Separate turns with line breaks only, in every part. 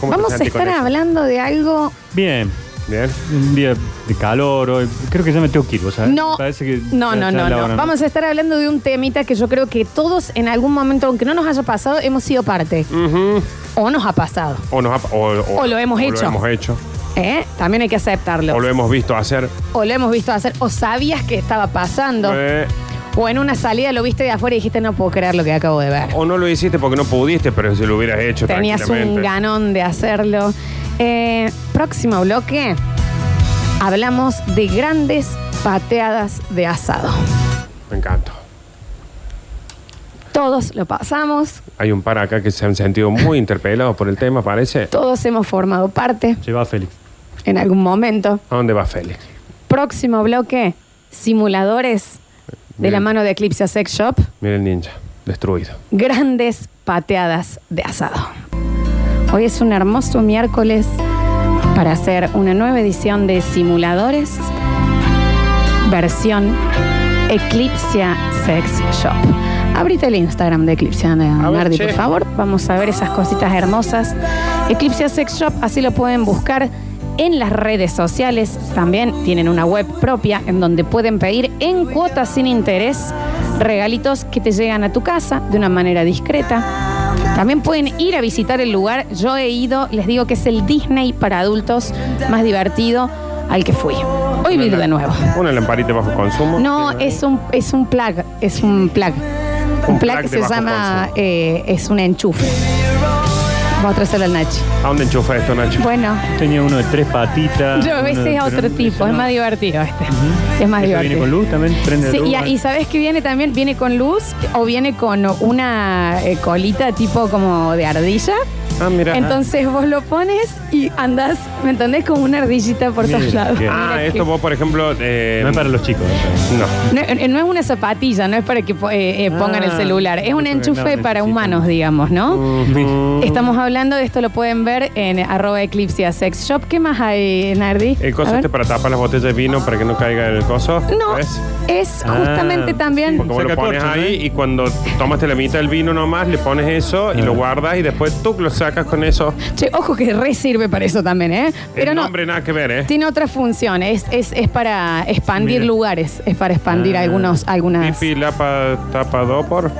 ¿Cómo te
Vamos a
sentís con
estar
eso?
hablando de algo.
Bien,
Bien.
un día de calor. hoy. Creo que ya me tengo que ir, ¿vos sabés?
No,
Me Parece que
no, no,
ya- ya
no,
es la
no.
hora,
Vamos a estar hablando de un temita que yo creo que todos en algún momento, aunque no nos haya pasado, hemos sido parte.
Ujú.
O nos ha pasado.
O, nos ha- o- o-
O lo hemos hecho.
lo hemos hecho.
¿eh? También hay que aceptarlo.
O lo hemos visto hacer.
O lo hemos visto hacer. O sabías que estaba pasando.
Eh,
O en una salida lo viste de afuera y dijiste, no puedo creer lo que acabo de ver.
o no lo hiciste porque no pudiste, pero si lo hubieras hecho
Tenías un
tranquilamente.
ganón de hacerlo. Eh, próximo bloque. Hablamos de grandes pateadas de asado.
Me encanta.
Todos lo pasamos,
Hay un par acá que se han sentido muy interpelados por el tema, parece.
todos hemos formado parte
Lleva Félix.
en algún momento.
¿A dónde va Félix?
Próximo bloque, simuladores de la
Bien.
mano de Eclipse Sex Shop.
Mira el ninja, destruido.
Grandes pateadas de asado. Hoy es un hermoso miércoles para hacer una nueva edición de Simuladores, versión Eclipsia Sex Shop. Abrite el Instagram de Eclipsia
ver,
Nardi,
che.
por favor. Vamos a ver esas cositas hermosas. Eclipsia Sex Shop, así lo pueden buscar en las redes sociales. También tienen una web propia en donde pueden pedir en cuotas sin interés regalitos que te llegan a tu casa de una manera discreta. También pueden ir a visitar el lugar. Yo he ido, les digo que es el Disney para adultos más divertido al que fui. Hoy vi de nuevo.
Una lamparita bajo consumo.
No, es un, es un plug, es un plug. Un,
Un
plug,
plug de
se
bajo
llama,
consumo.
eh, es un enchufe. Vamos a hacerlo al Nachi.
¿A dónde enchufa esto, Nacho?
Bueno,
Tenía uno de tres patitas.
yo a
uno
veces
de-
es otro
Ah, pero no,
tipo,
ese
es
no.
más divertido este.
Ujú.
Es más
Este
divertido.
viene con luz también, prende
Sí,
luz.
y, y sabes que viene también, viene con luz o viene con una eh, colita tipo como de ardilla.
Ah, mira.
Entonces vos lo pones y andás, ¿me entendés? Como una ardillita por
Mira
todos lados.
qué-
Ah,
Mira
esto
qué-
vos, por ejemplo. eh,
No es para los chicos. ¿eh?
No.
No, eh, no es una zapatilla, no es para que po- eh, eh, pongan
Ah,
el celular. Es un
no, Mm.
enchufe
necesitan.
para humanos, digamos, ¿no? Estamos hablando de esto, lo pueden ver en arroba eclipsia sex shop. ¿Qué más hay, Nardi?
El
A
coso
ver.
este para tapar las botellas de vino para que no caiga el coso.
No,
¿ves?
es
Ah,
justamente también...
Porque vos lo
Saca ¿eh?
pones
corcho,
ahí y cuando tomaste la mitad del vino nomás, le pones eso y lo guardas y después tú lo sacas con eso.
Che, ojo que re sirve para eso también, ¿eh? Pero
el
no,
nombre nada que ver, ¿eh?
tiene otra función. Es, es, es para expandir
Mira.
lugares, es para expandir
Ah.
algunos, algunas...
Pipi, lapa, tapadopor,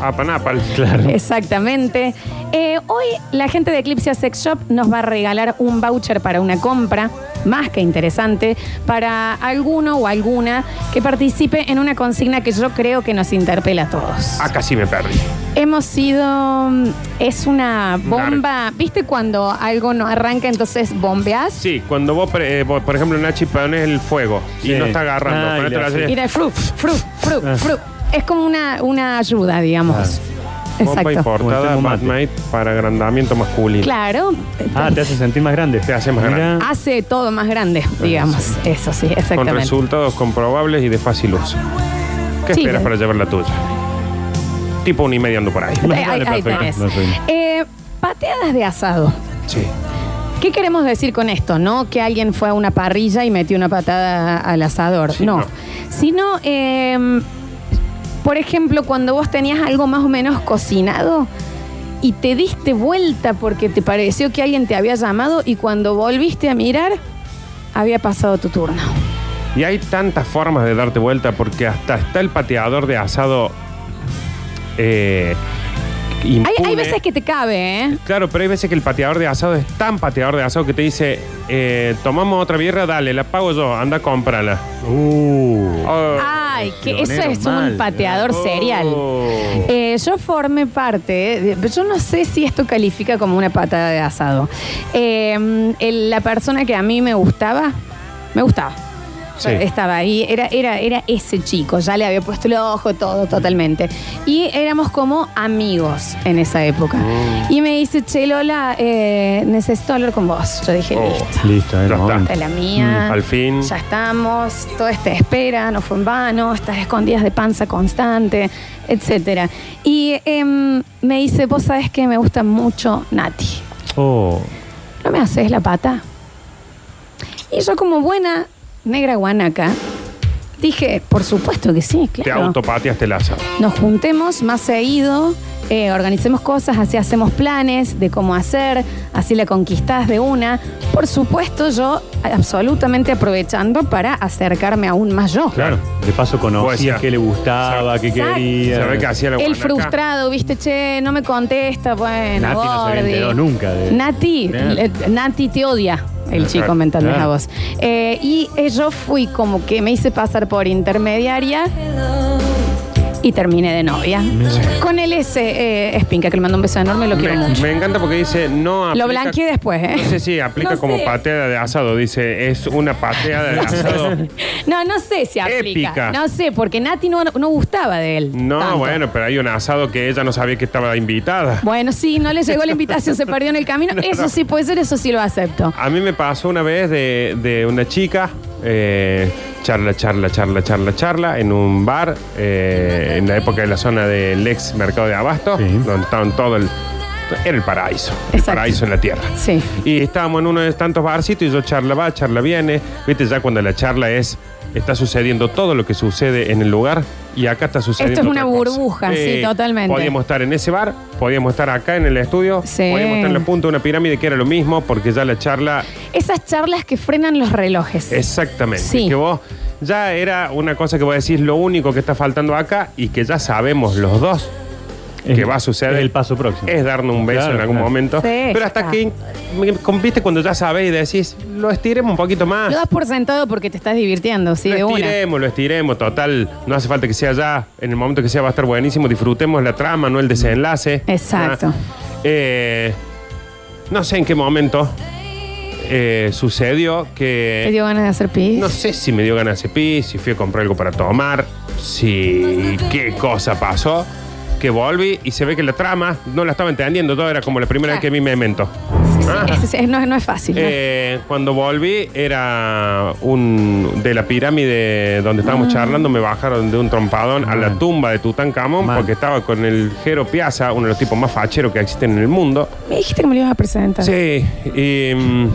apanapal.
Claro.
Exactamente. Eh, hoy la gente de Eclipse Sex Shop nos va a regalar un voucher para una compra, más que interesante, para alguno o alguna que participe en una consigna que yo creo que nos interpela a todos.
Ah, casi me perdí.
Hemos sido. mm, Es una bomba. ¿Viste cuando algo no arranca, entonces bombeas?
Sí, cuando vos, pre- eh, vos, por ejemplo, Nachi pones el fuego
Sí.
y no está agarrando.
Ah,
con
y
esto
le
lo haces-
hace-
Mira, frup, frup, frup,
Ah.
frup. Es como una, una ayuda, digamos.
Pompa
Exacto.
Como el
importada,
termo
Bad
mate.
Night para agrandamiento masculino.
Claro.
Ah, te hace sentir más grande.
Te hace más
Mira,
grande.
Hace todo más grande, digamos. Eso sí,
Ah, Con
exactamente.
resultados comprobables y de fácil uso. ¿Qué
Sí, bien.
esperas para llevar la tuya? Tipo un y medio ando por ahí.
Eh, ahí,
Dale,
ahí
perfecto.
tenés.
Perfecto.
Eh, pateadas de asado.
Sí.
¿Qué queremos decir con esto? No que alguien fue a una parrilla y metió una patada al asador.
Sí,
no.
no.
Sino, eh, por ejemplo, cuando vos tenías algo más o menos cocinado y te diste vuelta porque te pareció que alguien te había llamado y cuando volviste a mirar, había pasado tu turno.
Y hay tantas formas de darte vuelta porque hasta está el pateador de asado. Eh,
Hay, hay
impune.
veces que te cabe, ¿eh?
Claro, pero hay veces que el pateador de asado es tan pateador de asado que te dice: eh, Tomamos otra birra, dale, la pago yo, anda, cómprala.
Uh.
Oh.
Ah. Ay, que eso
pionero
es
mal.
un pateador
Oh.
serial. Eh, yo formé parte, de- pero yo no sé si esto califica como una patada de asado. Eh, el- la persona que a mí me gustaba, me gustaba.
Sí.
Estaba ahí, era, era, era ese chico, ya le había puesto el ojo, todo, totalmente. Y éramos como amigos en esa época. Y me dice, Che Lola, eh, necesito hablar con vos. Yo dije,
Oh.
listo.
Listo,
Ya
era
está.
Esta
momento.
es la mía.
Mm, al fin.
Ya estamos. Toda esta espera no fue en vano. Estas escondidas de panza constante, etcétera. Y em, me dice, vos sabés que me gusta mucho Nati.
Oh.
¿No me haces la pata? Y yo como buena negra guanaca, dije, por supuesto que sí,
Te
claro.
autopateaste el asado.
Nos juntemos más seguido eh, organicemos cosas, así hacemos planes de cómo hacer, así la conquistás de una. Por supuesto, yo absolutamente aprovechando para acercarme aún más yo.
Claro. De paso conocía
Pues,
qué le gustaba, qué
Exacto.
quería.
Se ve que hacía la
El
guanaca.
frustrado, viste, che, no me contesta, bueno,
Nati no se había
Gordi.
enterado nunca de-
Nati,
Claro.
eh, Nati te odia, el
Claro,
chico, ¿me entendés
claro.
a vos? Eh, y eh, yo fui como que me hice pasar por intermediaria y terminé de novia. Con el S, eh, Espinca, que le mando un beso enorme, lo quiero
Me,
mucho.
me encanta porque dice no aplica.
Lo blanqueé después, ¿eh?
No sé si aplica
No
como
sé.
pateada de asado. Dice, es una pateada de asado.
No, no sé si aplica.
Épica.
No sé, porque Nati no, no gustaba de él.
No,
tanto.
bueno, pero hay un asado que ella no sabía que estaba invitada.
Bueno, sí, no le llegó la invitación, se perdió en el camino. eso sí puede ser, eso sí lo acepto.
A mí me pasó una vez de, de una chica, eh, charla, charla, charla, charla, charla, en un bar, eh, en la época de la zona del ex mercado de Abasto,
Sí.
donde estaban todo el. Era el paraíso, el
Exacto.
paraíso en la tierra.
Sí.
Y estábamos en uno de tantos barcitos y yo charla va, charla viene. Viste, ya cuando la charla es. Está sucediendo todo lo que sucede en el lugar y acá está sucediendo.
Esto es una
otra cosa.
burbuja, sí, totalmente.
Podíamos estar en ese bar, podíamos estar acá en el estudio,
Sí.
podíamos estar en la punta de una pirámide que era lo mismo porque ya la charla
Esas charlas que frenan los relojes.
Exactamente.
Sí.
Que vos ya era una cosa que vos decís lo único que está faltando acá y que ya sabemos los dos
Es-
que va a suceder.
es el paso próximo.
Es darnos un beso
Claro,
en algún
claro.
momento.
Sí,
Pero hasta
está.
que me- compite cuando ya sabés y decís, lo estiremos un poquito más.
Lo das por sentado porque te estás divirtiendo, sí, de
lo
una.
estiremos, lo estiremos, total. No hace falta que sea ya. En el momento que sea va a estar buenísimo. Disfrutemos la trama, no el desenlace.
Exacto.
Ah, eh, no sé en qué momento eh, sucedió que.
Te dio ganas de hacer pis.
No sé si me dio ganas de hacer pis, si fui a comprar algo para tomar, si qué cosa pasó, que volví y se ve que la trama no la estaba entendiendo, todo era como la primera
Claro.
vez que vi me mento.
Sí, sí,
Ah.
es- es- es- no, no es fácil. ¿no?
Eh, cuando volví era un de la pirámide donde estábamos charlando, me bajaron de un trompadón a la
Mm. Mal.
tumba de Tutankamón
Mal.
porque estaba con el Jero Piazza, uno de los tipos más facheros que existen en el mundo.
Me dijiste que me lo ibas a presentar.
Sí, y, mm,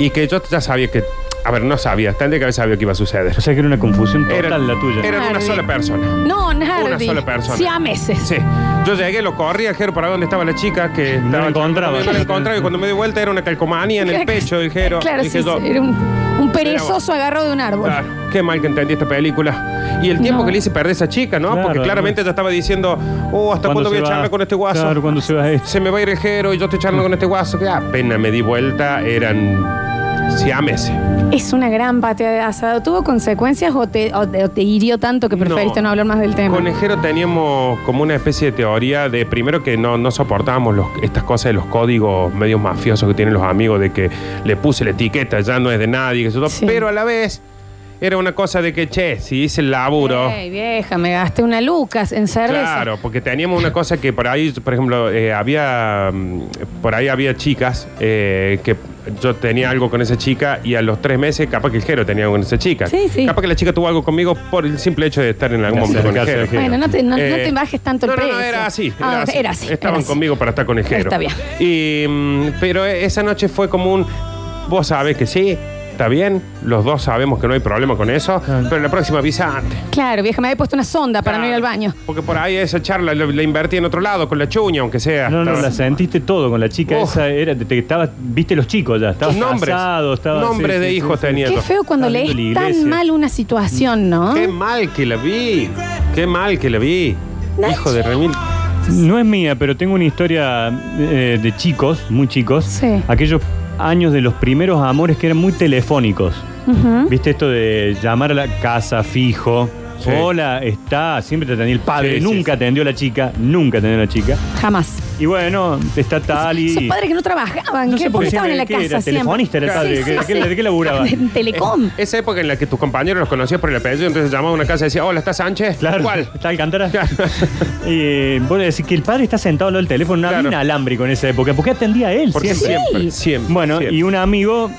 y que yo ya sabía que, a ver, no sabía, tendría que haber sabido que iba a suceder.
O sea que era una confusión total
Era
la tuya.
Era de una
Hardy.
sola persona.
No, Nardi.
Una sola persona.
Sí, a meses.
Sí. Yo llegué, lo corrí al Jero para donde estaba la chica que
No la
estaba
encontraba.
No la encontraba y cuando me di vuelta era una calcomanía en el pecho del Jero.
Claro,
Dije
sí,
yo,
sí, era un, un perezoso agarrado de un árbol.
"Ah, qué mal que entendí esta película. Y el tiempo
No.
que le hice perder a esa chica, ¿no?
Claro,
Porque claramente
además.
ella estaba diciendo, oh, ¿hasta cuándo
¿Cuándo
voy a
se va?
charlar con este guaso?
Claro, cuando se va esto.
Se me va a ir el Jero y yo estoy charlando con este guaso. Que apenas me di vuelta, eran siameses.
Es una gran pateada de asado. ¿Tuvo consecuencias o te, o te- o te hirió tanto que preferiste no, hablar más del tema?
Con Ejero teníamos como una especie de teoría de primero que no, no soportábamos los- estas cosas de los códigos medios mafiosos que tienen los amigos de que le puse la etiqueta, ya no es de nadie, que eso todo,
Sí.
pero a la vez era una cosa de que, che, si hice el laburo.
Ey, vieja, me gasté una lucas en cerveza.
Claro, porque teníamos una cosa que por ahí, por ejemplo, eh, había mm, por ahí había chicas eh, que yo tenía algo con esa chica y a los tres meses capaz que el Jero tenía algo con esa chica.
Sí, sí.
Capaz que la chica tuvo algo conmigo por el simple hecho de estar en algún
De
momento con el
acercarse
Jero.
al Jero.
Bueno, no te, no, no
Eh,
te bajes tanto el
no, no,
precio.
No, era así. Era,
Ah,
así.
era así, era
Estaban
así.
conmigo para estar con el Jero.
Está bien.
Y, mm, pero esa noche fue como un. Vos sabés que sí, está bien. Los dos sabemos que no hay problema con eso.
Claro.
Pero la próxima avisa antes.
Claro, vieja, me había puesto una sonda para no ir al baño.
Porque por ahí esa charla la, la invertí en otro lado, con la chuña, aunque sea.
No, no,
Estaba-
la sentiste todo con la chica
Uf.
esa. Era, te, te- estabas- viste los chicos ya. Estabas
Nombres.
casado, estabas-
Nombres
sí,
de
sí,
hijos
sí, sí.
tenía.
Qué
Miedo.
feo cuando
Hablando
lees
de la
tan
iglesia.
mal una situación, ¿no?
Qué mal que la vi. Qué mal que la vi. Hijo de remil.
No es mía, pero tengo una historia eh, de chicos, muy chicos.
Sí.
Aquellos años de los primeros amores que eran muy telefónicos.
Ujú.
¿Viste esto de llamar a la casa fijo?
Sí.
Hola, está, siempre te atendió el padre,
Sí, sí,
nunca
sí.
atendió la chica, nunca atendió la chica.
Jamás.
Y bueno, está tal y.
Esos padres que no trabajaban,
No
¿qué?
sé por
porque
qué
estaban en la
siempre- ¿qué
casa
era?
siempre.
Telefonista era el padre, ¿qué- qué- de qué laburaba?
En Telecom.
Esa época en la que tus compañeros los conocías por el apellido, entonces llamaba a una casa y decía, hola, ¿está Sánchez?
Claro,
¿Cuál?
está Alcántara. Eh, vos decís que el padre está sentado al lado del teléfono, no había
Claro.
un alámbrico en esa época. ¿Por qué atendía a él?
Porque
siempre?
siempre, siempre.
Bueno,
siempre.
y un amigo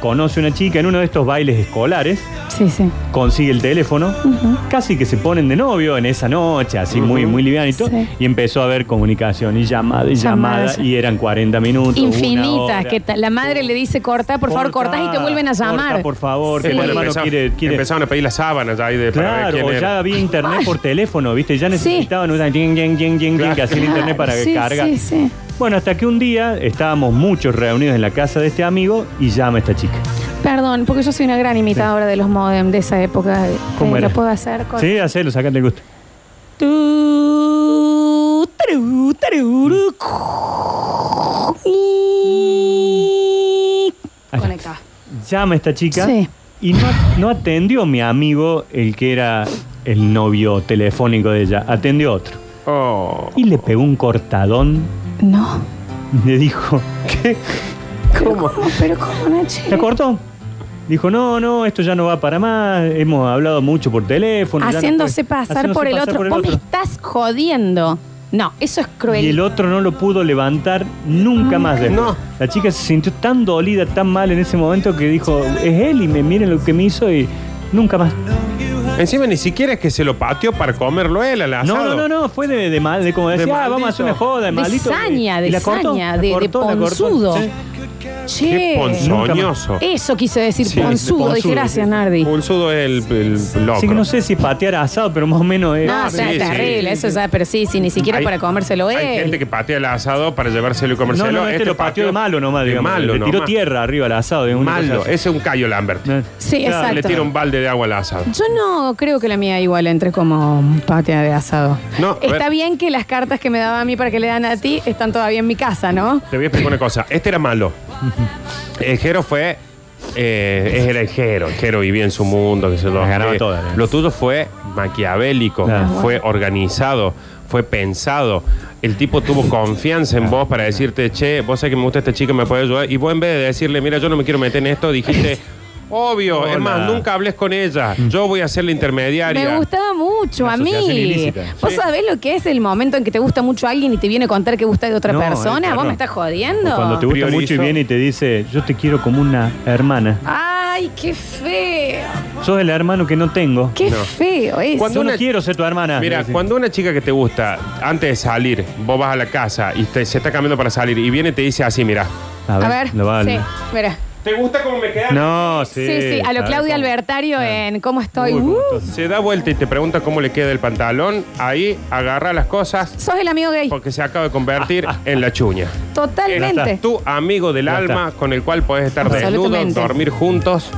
conoce una chica en uno de estos bailes escolares,
Sí, sí.
consigue el teléfono,
Ujú.
casi que se ponen de novio en esa noche, así muy, muy livianito,
Sí.
y empezó a haber comunicación y llamada y
Llamada,
llamada,
sí.
y eran 40 minutos. una
Infinitas,
hora.
que ta- la madre le dice corta, por favor,
Cortá,
cortás y te vuelven a
cortá,
llamar.
por favor, que
Sí.
el
Bueno,
hermano
empezá-
quiere... quiere-
Empezaron a pedir las sábanas ahí de, para ver
Claro,
quién
o
era.
ya había internet por teléfono, ¿viste? Ya necesitaban una ying, ying, ying, ying,
Claro.
que hacía el internet para que
Sí,
carga.
Sí, sí.
Bueno, hasta que un día estábamos muchos reunidos en la casa de este amigo y llama esta chica.
Eh, Perdón, porque yo soy una gran imitadora de los modems de esa época.
¿Cómo
Eh,
era?
¿Lo puedo hacer? Con...
Sí, hacelo, sacate el gusto.
Tu, taru, taruru, y-
Ahí está.
Conectaba.
Llama esta chica
Sí.
y no, no atendió mi amigo, el que era el novio telefónico de ella, atendió otro.
Oh.
Y le pegó un cortadón
No.
y le dijo, ¿qué?
¿Cómo? ¿Pero cómo, Nachi?
¿La cortó? Dijo, no, no, esto ya no va para más, hemos hablado mucho por teléfono. ya no
Haciéndose
puede-
pasar
haciéndose
por el otro.
por
Vos me estás jodiendo. No, eso es cruel.
Y el otro no lo pudo levantar nunca más después.
No.
La chica se sintió tan dolida, tan mal en ese momento que dijo, es él y me miren lo que me hizo y nunca más.
Encima ni siquiera es que se lo pateó para comerlo él al asado.
No, no, no, no, fue de, de mal, de como
De
decía, ah,
maldito.
vamos a hacer una joda, de
De
maldito.
saña,
Y
de
la cortó,
saña,
la
de- de
cortó, la cortó.
ponzudo.
Sí.
Qué
che.
ponzoñoso.
Eso quise decir,
Sí,
ponzudo.
de
Dije,
ponzudo,
gracias,
sí.
Nardi.
Pulsudo es el, el loco.
Así que no sé si patear asado, pero más o menos es.
No, o sea,
sí,
es
sí.
terrible, eso ya, pero sí, sí, ni siquiera
Hay-
para comérselo él.
Hay gente que patea el asado para llevárselo y
no,
comérselo.
no, este, lo pateó de malo nomás,
de
digamos.
malo,
le tiró
nomás.
tierra arriba al asado. De una
Malo.
cosa así.
Ese es un callo Lambert.
No.
Sí,
Claro,
exacto.
Le tira un balde de agua al asado.
Yo no creo que la mía igual entre como un patea de asado.
No, a
Está
ver.
bien que las cartas que me daba a mí para que le dan a ti están todavía en mi casa, ¿no?
Te voy a explicar una cosa. Este era malo. El Jero fue. Eh, era el Jero. El Jero vivía en su mundo. Que se lo,
Las ganaba
eh,
todas, ¿eh? Ah.
lo tuyo fue maquiavélico.
Claro.
Fue organizado. Fue pensado. El tipo tuvo confianza en vos para decirte, che, vos sabés que me gusta esta chica, me puede ayudar. Y vos en vez de decirle, mira, yo no me quiero meter en esto, dijiste. Obvio,
Hola.
es más, nunca hables con ella. Yo voy a ser la intermediaria.
Me gustaba mucho
Una
a mí.
asociación ilícita.
¿Vos
Sí.
sabés lo que es el momento en que te gusta mucho alguien y te viene a contar que gusta de otra
No,
persona?
es
¿Vos
terror.
me estás jodiendo?
O Cuando te gusta
Priorizo.
mucho y viene y te dice, yo te quiero como una hermana.
Ay, qué feo.
Sos el hermano que no tengo.
Qué
No.
feo eso.
Cuando
Yo no
una-
quiero ser tu hermana.
Mira,
Sí, sí.
cuando una chica que te gusta, antes de salir, vos vas a la casa y te- se está cambiando para salir y viene y te dice así, mira,
A ver,
A ver,
lo vale.
sí, mira.
¿te gusta cómo me queda?
No,
Sí,
sí.
sí, a lo
¿sabes
Claudio
cómo?
Albertario
Ah.
en ¿Cómo estoy?
Uy,
Uh,
entonces,
Se da vuelta y te pregunta cómo le queda el pantalón, ahí agarra las cosas
Sos el amigo gay.
porque se acaba de convertir en la chuña.
Totalmente.
Es tu amigo del
Ya
alma
está.
con el cual podés estar desnudo,
Absolutamente.
dormir juntos,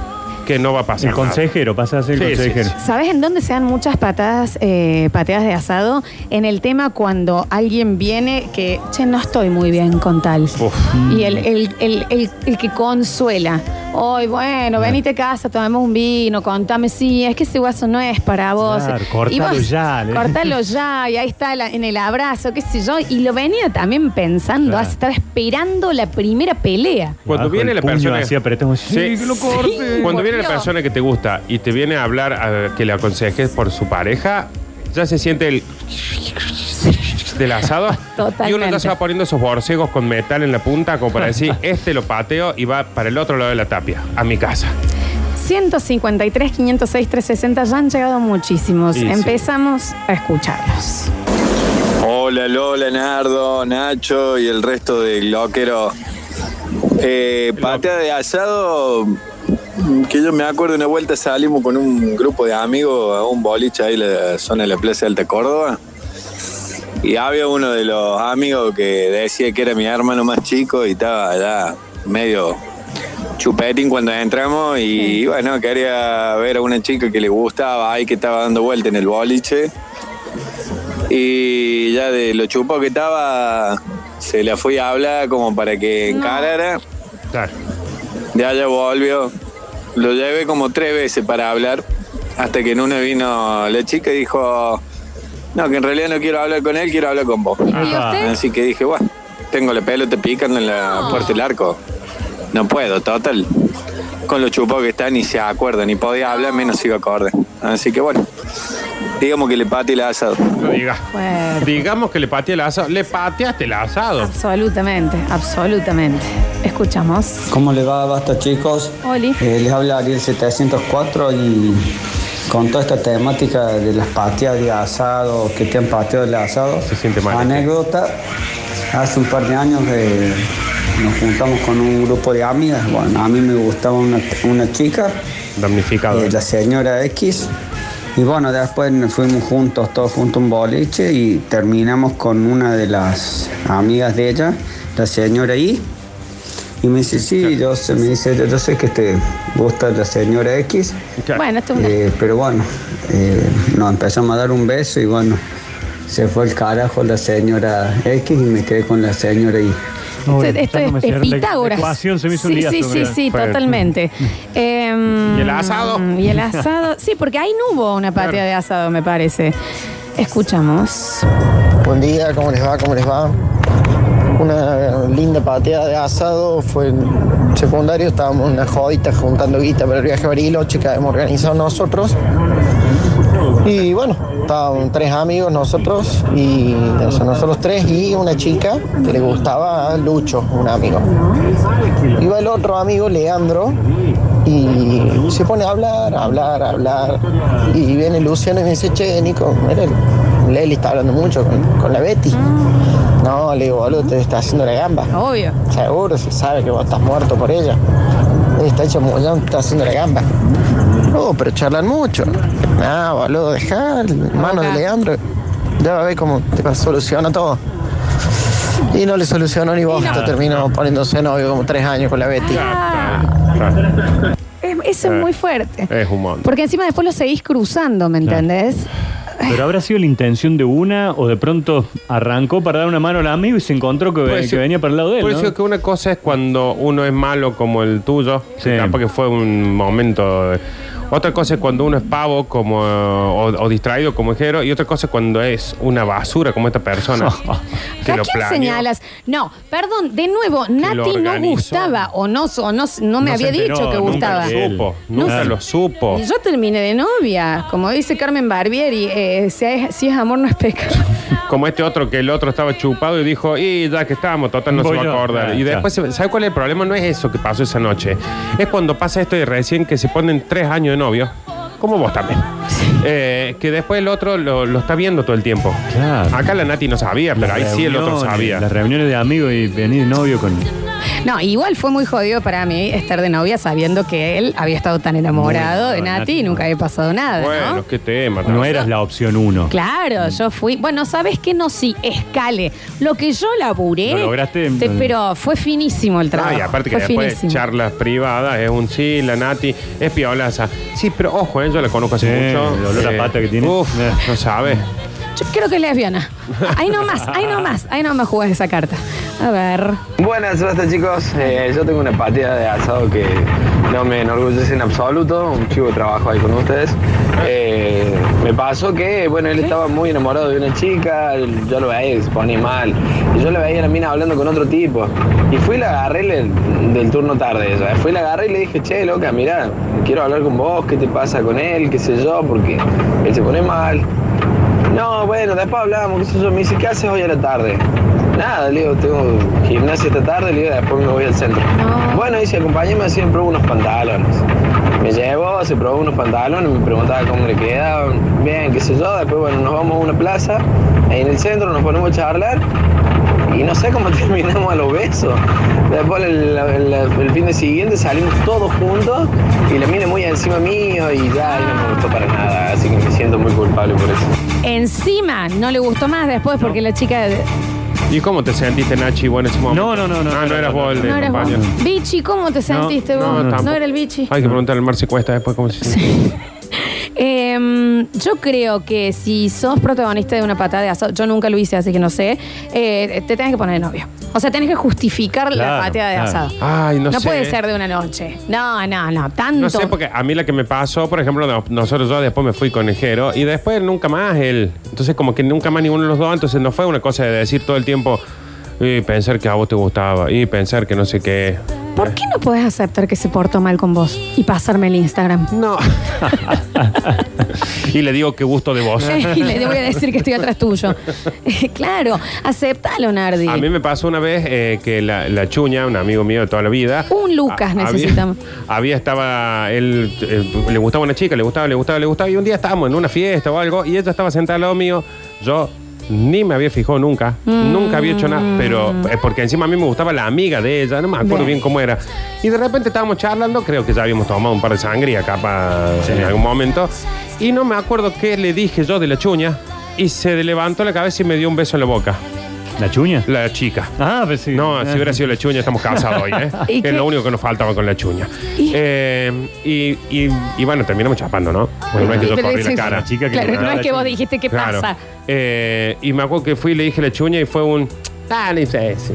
que no va a pasar.
El consejero, pasa a ser el
Sí, sí,
consejero.
sí.
¿Sabes en dónde se dan muchas patadas, eh, pateadas de asado? En el tema cuando alguien viene que, che, no estoy muy bien con tal.
nada. Uf.
Y el, el- el- el- el que consuela. Hoy, bueno, venite a casa, tomemos un vino, contame, sí, es que ese guaso no es para vos.
Claro,
Y
cortalo ya, le-
Cortalo ya, y ahí está la- en el abrazo, qué sé yo. Y lo venía también pensando,
Claro.
estaba esperando la primera pelea.
Cuando
Abajo
viene
el
la
puño
persona-
Así apretamos.
Sí.
que lo corte.
Sí,
Cuando
por
viene la
Dios.
persona que te gusta y te viene a hablar a- que le aconsejes por su pareja, ya se siente el del asado
Totalmente.
y uno ya se va poniendo esos borcegos con metal en la punta como para decir este lo pateo y va para el otro lado de la tapia a mi casa
153, 506, 360, ya han llegado muchísimos.
Y sí.
Empezamos a escucharlos.
Hola Lola, Nardo, Nacho y el resto de gloquero. Eh, patea de asado, que yo me acuerdo una vuelta salimos con un grupo de amigos a un boliche ahí en la zona de la Plaza de Alta Córdoba. Y había uno de los amigos que decía que era mi hermano más chico y estaba ya medio chupetín cuando entramos y, bueno, quería ver a una chica que le gustaba ahí que estaba dando vuelta en el boliche. Y ya de lo chupado que estaba, se la fui a hablar como para que
No.
encarara.
Claro.
Ya ya volvió. Lo llevé como tres veces para hablar. Hasta que en una vino la chica y dijo, no, que en realidad no quiero hablar con él, quiero hablar con vos.
¿Y
Ajá.
usted?
Así que dije, bueno, tengo la pelota picando en la
Ah. No.
puerta del arco. No puedo, total. Con lo chupado que está ni se acuerda, ni podía hablar, menos iba a acordar. Así que bueno, digamos que le pate el asado.
No digas.
Fuerte.
digamos que le pateé el asado le pateaste el asado
Absolutamente, absolutamente. Escuchamos.
¿Cómo le va, basta chicos?
Oli.
Eh, les habla Ariel 704 y con toda esta temática de las pateadas de asado, que te han pateado el asado.
Se siente mal, este.
Anécdota, hace un par de años eh, nos juntamos con un grupo de amigas. Bueno, a mí me gustaba una, una chica,
Damnificado.
eh, la señora X. Y bueno, después nos fuimos juntos, todos juntos a un boliche y terminamos con una de las amigas de ella, la señora Y. Y me dice, sí, yo sé, me dice, yo, yo sé que te gusta la señora X,
Claro.
Bueno, esto es una-
eh, pero bueno, eh, nos empezamos a dar un beso y bueno, se fue el carajo la señora X y me quedé con la señora Y.
Uy,
esto esto
ya no
es,
me
es
cierra la- la
Pitágoras.
ecuación se me hizo un
sí, sí,
liazo,
sí,
mira.
sí,
Bueno.
totalmente. Em,
¿Y el asado?
Y el asado. Sí, porque ahí no hubo una patria
Claro.
de asado, me parece. Escuchamos.
Buen día, ¿cómo les va? ¿Cómo les va? Una linda pateada de asado, fue en secundario, estábamos en una jodita juntando guita para el viaje a Bariloche que habíamos organizado nosotros. Y bueno, estaban tres amigos nosotros, y o sea, nosotros tres y una chica que le gustaba a Lucho, un amigo. Iba el otro amigo, Leandro, y se pone a hablar, a hablar, a hablar. Y viene Luciano y me dice, che, Nico, mira, Leli está hablando mucho con, con la Betty. No, le digo, boludo, te está haciendo la gamba.
Obvio.
Seguro, se sabe que vos estás muerto por ella. Ella Está hecho mollón, está haciendo la gamba. No, pero charlan mucho. Ah, boludo, dejá, hermano de
Boca.
Leandro. Ya va a ver cómo te va- soluciona todo. Y no le solucionó ni bosta, terminó poniéndose novio como tres años con la Betty.
Claro.
Es- eso es
Eh,
muy fuerte.
Es un montón.
Porque encima después lo seguís cruzando, ¿me entendés?
Pero habrá sido la intención de una o de pronto arrancó para dar una mano al amigo y se encontró que, ve-
Puede
que
ser-
venía para el lado de él.
puede
¿no?
ser Pues que una cosa es cuando uno es malo como el tuyo,
Sí.
que capaz que fue un momento. eh. Otra cosa es cuando uno es pavo como eh, o, o distraído como ejero y otra cosa es cuando es una basura como esta persona. que
¿A
lo
quién
planeó.
señalas? No, perdón, de nuevo,
lo
Nati no
organizó.
gustaba o no, o no, no me
No se
había
enteró,
dicho que
nunca
gustaba.
Nunca lo supo,
No
nunca
sé.
lo supo.
Yo terminé de novia, como dice Carmen Barbieri, eh, si, es, si es amor no es pecado.
Como este otro que el otro estaba chupado y dijo, y ya que estábamos, total no
Voy
se va
yo.
a acordar.
Ah,
y después, se- ¿sabe cuál es el problema? No es eso que pasó esa noche. Es cuando pasa esto de recién que se ponen tres años de novio, como vos también. Eh, que después el otro lo, lo está viendo todo el tiempo.
Claro.
Acá la Nati no sabía, pero ahí sí el otro
Reuniones,
sabía. Ah,
Las reuniones de amigos y venir novio con.
No, igual fue muy jodido para mí estar de novia sabiendo que él había estado tan enamorado
Muy
de
enamorado,
Nati
Nati,
y nunca había pasado nada,
Bueno,
¿no?
qué tema. ¿no?
No eras la opción uno.
Claro, yo fui. Bueno, ¿sabes qué? No, sí, escale. Lo que yo laburé.
Lo lograste.
te- pero fue finísimo el trabajo.
Ah, y aparte que
fue
después
finísimo.
charlas privadas, es un sí, la Nati, es piolaza. Sí, pero ojo, eh, yo la conozco hace
Sí,
mucho.
el dolor a pata que tiene.
Uf,
Eh.
no sabe.
Yo creo que es lesbiana. Ahí nomás, ahí nomás, ahí nomás jugás esa carta. A ver.
Buenas, basta chicos. Eh, yo tengo una patilla de asado que no me enorgullece en absoluto. Un chivo de trabajo ahí con ustedes. Eh, me pasó que, bueno, él estaba muy enamorado de una chica. Yo lo veía y se ponía mal. Y yo la veía a la mina hablando con otro tipo. Y fui y la agarré le- del turno tarde. ya. Fui y la agarré y le dije, che, loca, mira, quiero hablar con vos. ¿Qué te pasa con él? ¿Qué sé yo? Porque él se pone mal. No, bueno, después hablamos, qué sé yo. Me dice, ¿qué haces hoy a la tarde? Nada, le digo, tengo gimnasia esta tarde, le digo, después me voy al centro.
No.
Bueno, dice, acompáñame, así me pruebo unos pantalones. Me llevo, se probó unos pantalones, me preguntaba cómo le quedaban, bien, qué sé yo. Después, bueno, nos vamos a una plaza, ahí en el centro nos ponemos a charlar y no sé cómo terminamos a los besos. Después el, el- el fin de siguiente salimos todos juntos y la mina muy encima mío y ya y no me gustó para nada, así que me siento muy culpable por eso.
Encima no le gustó más después porque la chica
¿Y cómo te sentiste, Nachi, vos en ese momento?
No, no, no, no.
Ah, no eras vos el de
no eras vos.
compañero.
Bichi, ¿cómo te sentiste
no,
vos? No,
tampoco.
era el bichi.
Hay que preguntarle al Mar si cuesta después cómo se siente.
Em, yo creo que si sos protagonista de una patada de asado, yo nunca lo hice, así que no sé, eh, te tenés que poner de novio. O sea, tenés que justificar la
Claro,
pateada de
claro.
asado.
Ay, no,
no
sé. eh.
puede ser de una noche. No, no, no. Tanto.
No sé, porque a mí la que me pasó, por ejemplo, no- nosotros yo después me fui con el Jero y después nunca más él. Entonces, como que nunca más ninguno de los dos, entonces no fue una cosa de decir todo el tiempo y pensar que a vos te gustaba y pensar que no sé qué.
¿Por qué no podés aceptar que se portó mal con vos y pasarme el Instagram?
No. y le digo qué gusto de vos.
y le voy a decir que estoy atrás tuyo. Eh, claro, aceptalo, Nardi.
A mí me pasó una vez eh, que la, la chuña, un amigo mío de toda la vida.
Un Lucas
a- había-
necesitamos.
Había, estaba, él, eh, le gustaba una chica, le gustaba, le gustaba, le gustaba. Y un día estábamos en una fiesta o algo y ella estaba sentada al lado mío. Yo ni me había fijado nunca,
Mm.
nunca había hecho nada, pero eh, porque encima a mí me gustaba la amiga de ella, no me acuerdo
Bien.
bien cómo era. Y de repente estábamos charlando, creo que ya habíamos tomado un par de sangría capa en algún momento, y no me acuerdo qué le dije yo de la chuña, y se levantó la cabeza y me dio un beso en la boca,
¿La chuña?
la chica.
Ah, pues sí.
No, si hubiera sido la chuña, estamos casados hoy, ¿eh?
¿Y qué?
Es lo único que nos faltaba con la chuña.
¿Y?
Eh, y, y- y bueno, terminamos chapando, ¿no? Porque no es que yo
Pero
corrí la
decís-
cara.
chica que
claro,
le
no
mandaba
es
la
que vos
chica.
dijiste qué
Claro.
pasa.
Eh, y me acuerdo que fui y le dije la chuña y fue un. Ah, no sé, sí.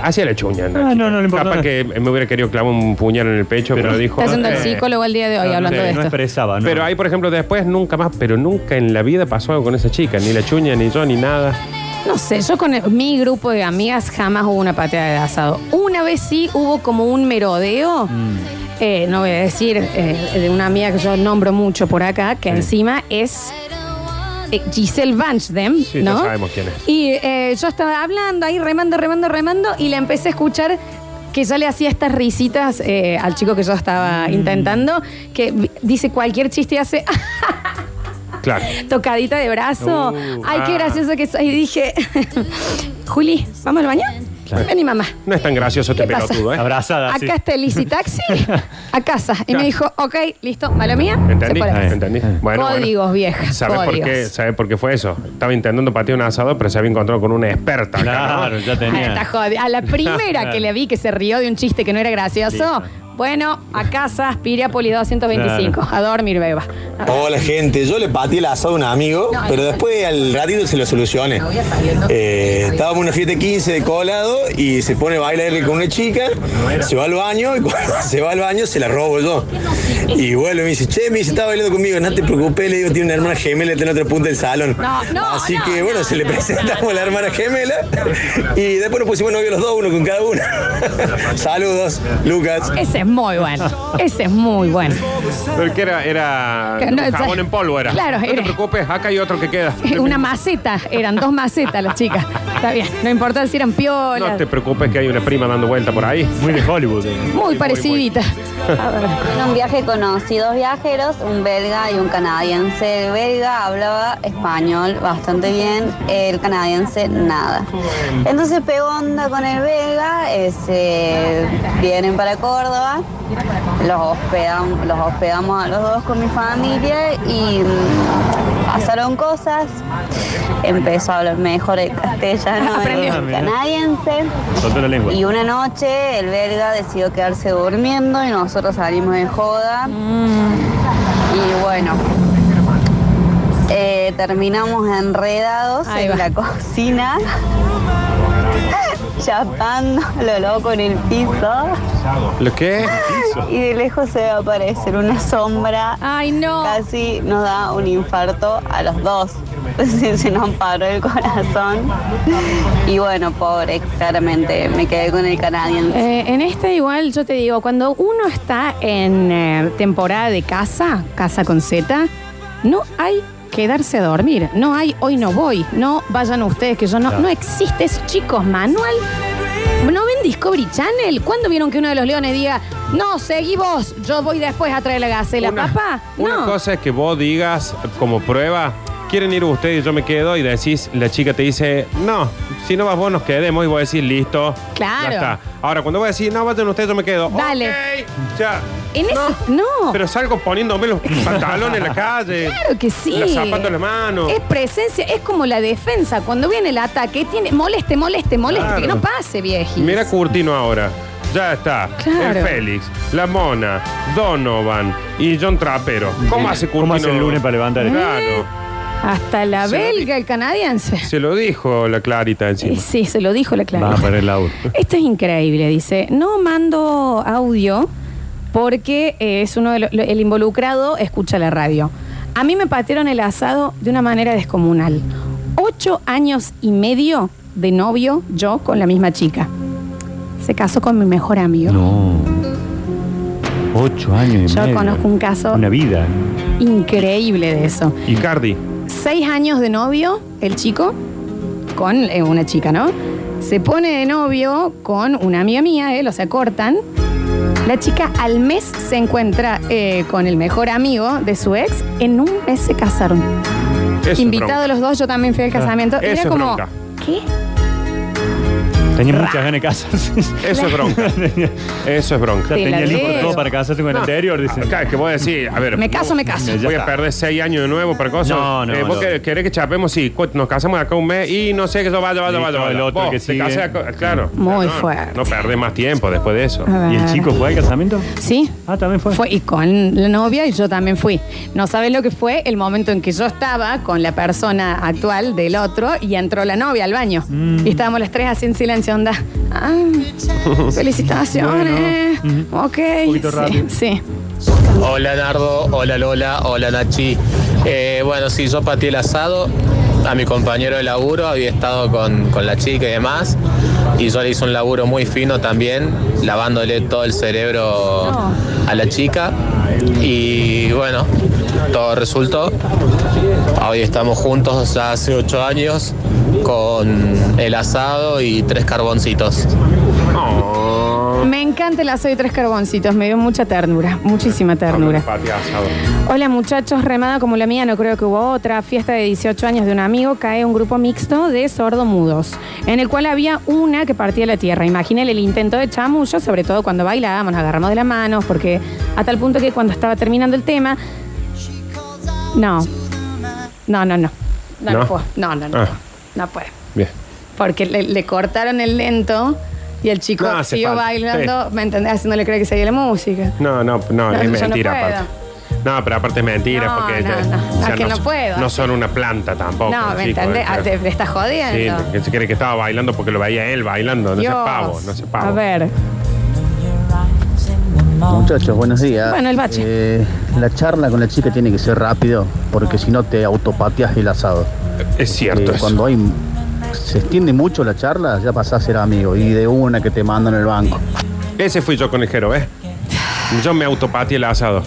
Hacía la chuña. la
Ah,
chica.
no, no le importa
Capaz
nada.
que me hubiera querido clavar un puñal en el pecho, pero,
Pero-
dijo.
Está haciendo el
eh,
psicólogo el día de hoy
No,
hablando
no,
de
no
esto.
expresaba, ¿no?
Pero ahí, por ejemplo, después nunca más, pero nunca en la vida pasó algo con esa chica. Ni la chuña, ni yo, ni nada.
No sé, yo con el- mi grupo de amigas jamás hubo una pateada de asado. Una vez sí hubo como un merodeo,
Mm.
eh, no voy a decir, eh, de una amiga que yo nombro mucho por acá, que encima es eh, Giselle Vanchdem,
Sí, ya
¿no?
sabemos quién es.
Y eh, yo estaba hablando ahí, remando, remando, remando, y la empecé a escuchar que ya le hacía estas risitas eh, al chico que yo estaba
Mm.
intentando, que vi- dice cualquier chiste y hace
Claro.
tocadita de brazo.
Uh,
Ay, qué
ah.
gracioso que soy. Y dije, Juli, ¿vamos al baño? Vení, mamá.
No es tan gracioso este
¿Qué pasa?
pelotudo, ¿eh?
Abrazada, sí.
Acá está el Easy Taxi, a casa. Y
Claro.
me dijo, ok, listo, mala mía. Se
¿Entendí? Ah,
fue a la casa.
¿Entendí? Bueno,
Códigos, vieja,
¿Sabes por,
códigos.
qué? ¿Sabes por qué fue eso? Estaba intentando patear un asado, pero se había encontrado con una experta. acá,
Claro,
¿no?
ya
Ah,
tenía.
está jodida. A la primera que le vi que se rió de un chiste que no era gracioso, bueno, a casa, Piriápolis 225. A dormir, beba.
Hola gente, yo le pateé el asado a un amigo,
No,
pero
no.
después al ratito se lo solucioné. Eh, estábamos en una fiesta de 15 de colado y se pone a bailar con una chica, se va al baño y cuando se va al baño se la robo yo. Y vuelve y me dice, che, me dice, está bailando conmigo, no te preocupes, le digo, tiene una hermana gemela, está en otra punta del salón.
No, no,
Así
no,
que
no,
bueno, se le
no,
presentamos
no,
a la hermana gemela y después nos pusimos novios los dos, uno con cada uno. Saludos, Lucas.
Ese es muy bueno. Ese es muy bueno.
Pero que era, era
Que no,
un jabón
ya-
en polvo era.
Claro,
no
era-
te preocupes, acá hay otro que queda.
Una maceta, eran dos macetas las chicas. Está bien, no importa si eran
No
piolas.
te preocupes que hay una prima dando vuelta por ahí.
Muy de Hollywood. eh.
Muy parecidita. A ver.
En un viaje conocí dos viajeros, un belga y un canadiense. El belga hablaba español bastante bien, el canadiense nada. Entonces pegó onda con el belga, eh, se vienen para Córdoba, los, hospedam- los hospedamos a los dos con mi familia y mm, pasaron cosas. Empezó a hablar mejor el castellano,
Aprendió.
el canadiense.
Soltó la lengua.
Y una noche el belga decidió quedarse durmiendo y nosotros salimos de joda.
Mm.
Y bueno, eh, terminamos enredados
Ahí
en
va.
la cocina, chapando lo loco en el piso.
¿Lo qué?
Y de lejos se ve aparecer una sombra.
Ay, no.
Casi nos da un infarto a los dos. Se, se nos paró el corazón. Y bueno, pobre, claramente me quedé con el canadiense.
Eh, en este igual yo te digo, cuando uno está en eh, temporada de casa, casa con Z, no hay quedarse a dormir, no hay hoy no voy, no vayan ustedes que yo no, no existe eso, chicos, manual. ¿No ven Discovery Channel? ¿Cuándo vieron que uno de los leones diga, no, seguí vos, yo voy después a traer la gacela,
Una-
papá?
Una
no.
cosa es que vos digas como prueba, quieren ir ustedes y yo me quedo y decís, la chica te dice, no, si no vas vos nos quedemos y vos decís, listo.
Claro.
Ya está. Ahora, cuando voy a decir, no, vayan ustedes, yo me quedo.
Dale.
"Ok", ya.
En
No,
eso, no.
Pero salgo poniéndome los pantalones en la calle.
Claro que sí.
Los zapatos en la mano.
Es presencia, es como la defensa. Cuando viene el ataque, tiene, moleste, moleste, moleste,
Claro.
que no pase, viejito.
Mira Curtino ahora. Ya está.
Claro.
El Félix, la Mona, Donovan y John Trapero. ¿Cómo hace Curtino?
¿Cómo hace el lunes para levantar el-
Claro.
Mm. Hasta la
Se lo
belga, el canadiense.
Se lo dijo la Clarita
Y
encima.
Sí, se lo dijo la
Va a
Clara.
parar el auto.
Esto es increíble, dice. No mando audio porque eh, es uno de los- lo- el involucrado escucha la radio. A mí me patearon el asado de una manera descomunal. Ocho años y medio de novio yo con la misma chica. se casó con mi mejor amigo.
No. Ocho años y
Yo
medio.
conozco un caso
Una vida.
increíble de eso.
Icardi.
Seis años de novio, el chico, con eh, una chica, ¿no? Se pone de novio con una amiga mía, él, o sea, cortan. La chica al mes se encuentra eh, con el mejor amigo de su ex. En un mes se casaron.
Eso es Ah,
Invitados los dos, yo también fui al casamiento.
eso es
Era como,
bronca.
¿qué?
Tenía muchas ganas de casarse.
bronca. Eso es bronca.
Tenía-
Eso es
Ya
bronca.
Te la
tenía listo
leo.
todo para casarse con el anterior, dice.
Acá, que voy a decir, a ver.
Me caso, me caso.
Voy a perder seis años de nuevo por cosas.
No, no,
Eh, ¿Vos
no.
querés- querés que chapemos? Sí, cu- nos casamos acá un mes y no sé que eso vaya, vaya,
Listo,
vaya. vaya.
el otro
Vos,
que
te
sigue.
casás con- claro.
Muy
No,
fuerte.
No perdés más tiempo después de eso.
A ver.
¿Y el chico fue al casamiento?
Sí.
Ah, también fue.
Fue y con la novia y yo también fui. No sabes lo que fue el momento en que yo estaba con la persona actual del otro y entró la novia al baño.
Mm.
Y estábamos las tres así en silencio, onda. Ah, felicitaciones. Ok.
poquito
sí,
rápido.
sí.
Hola Nardo, hola Lola, hola Nachi. Eh, bueno, sí, yo patí el asado a mi compañero de laburo, había estado con, con la chica y demás, y yo le hice un laburo muy fino también, lavándole todo el cerebro
No.
a la chica, y bueno, todo resultó. Hoy estamos juntos ya hace ocho años con el asado y tres carboncitos.
Me encanta el asado y tres carboncitos. Me dio mucha ternura, muchísima ternura.
Patio asado.
Hola muchachos, remada como la mía, no creo que hubo otra. Fiesta de 18 años de un amigo, cae un grupo mixto de sordomudos, en el cual había una que partía la tierra. Imagínense el intento de chamullo, sobre todo cuando bailábamos, nos agarramos de las manos, porque a tal punto que cuando estaba terminando el tema. No. No, no, no. No, no
¿No?
puedo. No, no, no.
Ah.
No puede.
Bien.
Porque le, le cortaron el lento y el chico
No, hace
siguió
falta.
bailando, ¿me entendés? Haciéndole creer que seguía la música.
No, no,
No,
no, es
yo no
mentira
puedo.
aparte. No, pero aparte es mentira
No,
porque.
no, no. Ah, que no puedo.
No son una planta tampoco.
no, ¿me
chicos,
entendés?
eh,
Ah,
pero-
Te, te estás
Sí,
jodiendo.
que se cree que estaba bailando porque lo veía él bailando. No se
Dios.
pavo, no se pavo.
A ver.
Muchachos, buenos días.
Bueno, el bache.
Eh, la charla con la chica tiene que ser rápido, porque si no te autopateas el asado.
Es cierto
Eh,
eso.
cuando hay, se extiende mucho la charla, ya pasás a ser amigo y de una que te mandan al banco.
Ese fui yo con el Jero, ¿eh? Yo me autopateé el asado.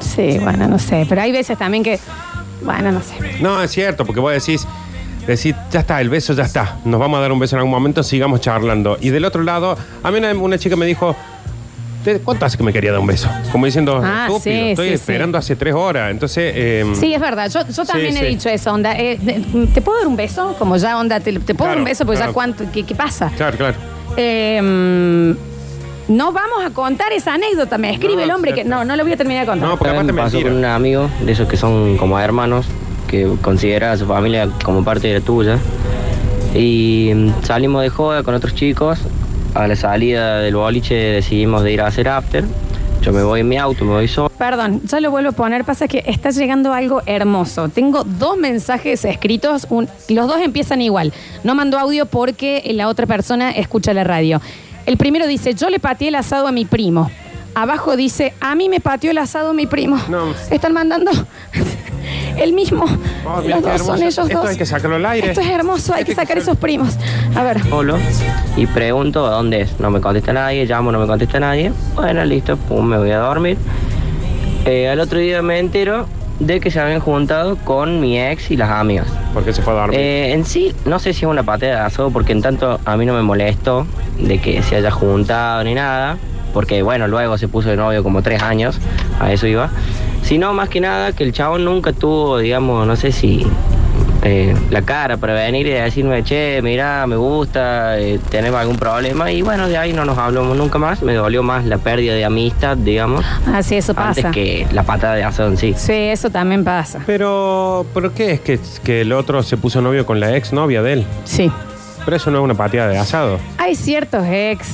Sí, bueno, no sé. Pero hay veces también que. Bueno, no sé.
No, es cierto, porque vos decís, decís, ya está, el beso ya está. Nos vamos a dar un beso en algún momento, sigamos charlando. Y del otro lado, a mí una, una chica me dijo, "¿Te- ¿cuánto hace que me quería dar un beso? Como diciendo,
Ah,
estúpido,
sí,
estoy
sí,
esperando hace tres horas. Entonces, eh,
Sí, es verdad. Yo, yo también he
sí.
dicho eso, onda. eh, de- ¿Te puedo dar un beso? Como ya, onda, te, te puedo dar
Claro,
un beso, porque ya
claro.
cuánto. ¿Qué, qué pasa?
claro, claro.
Eh, mm, no vamos a contar esa anécdota. Me escribe
No,
el hombre que.
cierto.
No, no lo voy a terminar de contar.
No, porque aparte
me pasó
mentira.
con un amigo de esos que son como hermanos, que considera a su familia como parte de la tuya. Y mm, salimos de joda con otros chicos. A la salida del boliche decidimos de ir a hacer after. Yo me voy en mi auto, me voy solo.
Perdón, ya lo vuelvo a poner. Pasa que está llegando algo hermoso. Tengo dos mensajes escritos. un- los dos empiezan igual. No mando audio porque la otra persona escucha la radio. El primero dice: Yo le pateé el asado a mi primo. Abajo dice: A mí me pateó el asado mi primo.
No.
Están mandando el mismo.
Oh, mira
los
qué
dos son
hermoso.
ellos
Esto
dos.
hay que sacarlo al aire. Este
Esto es hermoso. Hay
Esto
que sacar esos primos. A ver.
solo y pregunto dónde es. No me contesta nadie, llamo, no me contesta nadie. Bueno, listo, pum, me voy a dormir. Eh, al otro día me entero de que se habían juntado con mi ex y las amigas.
Porque se fue a dormir.
Eh, en sí, no sé si es una patada de asado, porque en tanto a mí no me molestó de que se haya juntado ni nada, porque bueno, luego se puso de novio como tres años, a eso iba. Sino más que nada que el chabón nunca tuvo, digamos, no sé si eh, la cara para venir y decirme, che, mira, me gusta, eh, tenemos algún problema, y bueno, de ahí no nos hablamos nunca más. Me dolió más la pérdida de amistad, digamos,
Así, Ah, eso
antes
pasa.
que la patada de asado en sí.
Sí, eso también pasa.
Pero, ¿pero qué es que, que el otro se puso novio con la ex novia de él?
Sí.
Pero eso no es una pateada de asado.
Hay ciertos ex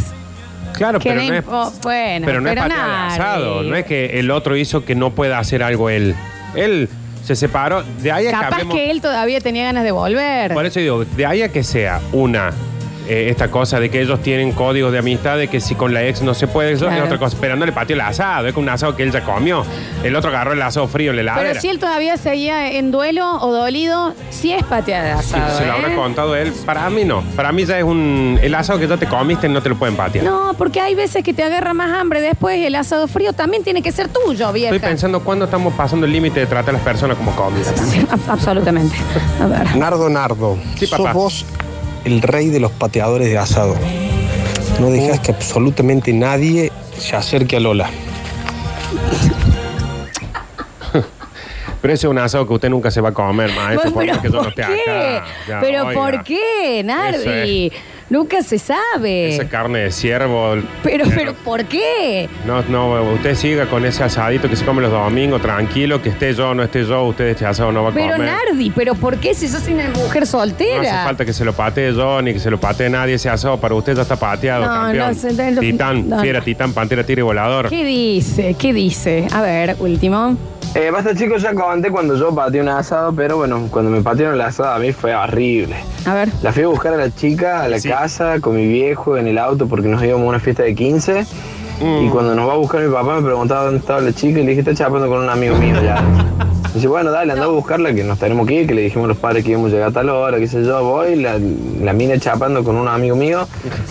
Claro,
Que
pero
no
no, es,
impo- bueno,
pero no es
pero
pateada
nadie.
de asado. No es que el otro hizo que no pueda hacer algo él. Él se separó. De ahí a que
Capaz
hablemos-
que él todavía tenía ganas de volver.
Por eso digo, de ahí a que sea una eh, esta cosa de que ellos tienen códigos de amistad, de que si con la ex no se puede, eso
Claro.
es otra cosa. Pero no le pateó el asado, es que un asado que él ya comió. El otro agarró el asado frío en la heladera.
Pero si él todavía seguía en duelo o dolido, sí es pateada de
Sí,
asado,
se lo
¿eh?
habrá contado él. Para mí no. Para mí ya es un. El asado que ya te comiste no te lo pueden patear.
No, porque hay veces que te agarra más hambre después y el asado frío también tiene que ser tuyo, vieja.
Estoy pensando cuándo estamos pasando el límite de tratar a las personas como comida.
Sí, ab- absolutamente. A ver.
Nardo Nardo,
Sí,
sos
papá.
vos el rey de los pateadores de asado. No dejas que absolutamente nadie se acerque a Lola.
Pero ese es un asado que usted nunca se va a comer, maestro.
Bueno,
por más
pero
que yo
¿por
no esté
qué?
acá. Ya,
pero
oiga,
¿por qué, Nardi?
Eso
Nunca se sabe.
Esa carne de ciervo.
Pero, pero ¿por qué?
No, no, usted siga con ese asadito que se come los domingos, tranquilo, que esté yo o no esté yo, usted este asado no va a
Pero
comer.
Nardi, ¿pero por qué si sos una mujer
No hace
soltera?
falta que se lo patee yo ni que se lo patee nadie ese asado. Para usted ya está pateado,
No, no,
campeón.
se- no, no,
titán,
no,
fiera,
no.
titán, pantera, tira y volador.
¿Qué dice? ¿Qué dice? A ver, último.
Eh, basta chicos, ya conté cuando yo pateé un asado, pero bueno, cuando me patearon el asado a mí fue horrible.
A ver.
La fui a buscar a la chica a la
Sí.
casa con mi viejo en el auto porque nos íbamos a una fiesta de 15. Y cuando nos va a buscar mi papá me preguntaba dónde estaba la chica y le dije, está chapando con un amigo mío ya. Dice, bueno, dale, anda a buscarla, que nos tenemos que ir, que le dijimos a los padres que íbamos a llegar a tal hora, qué sé yo, voy, la, la mina chapando con un amigo mío,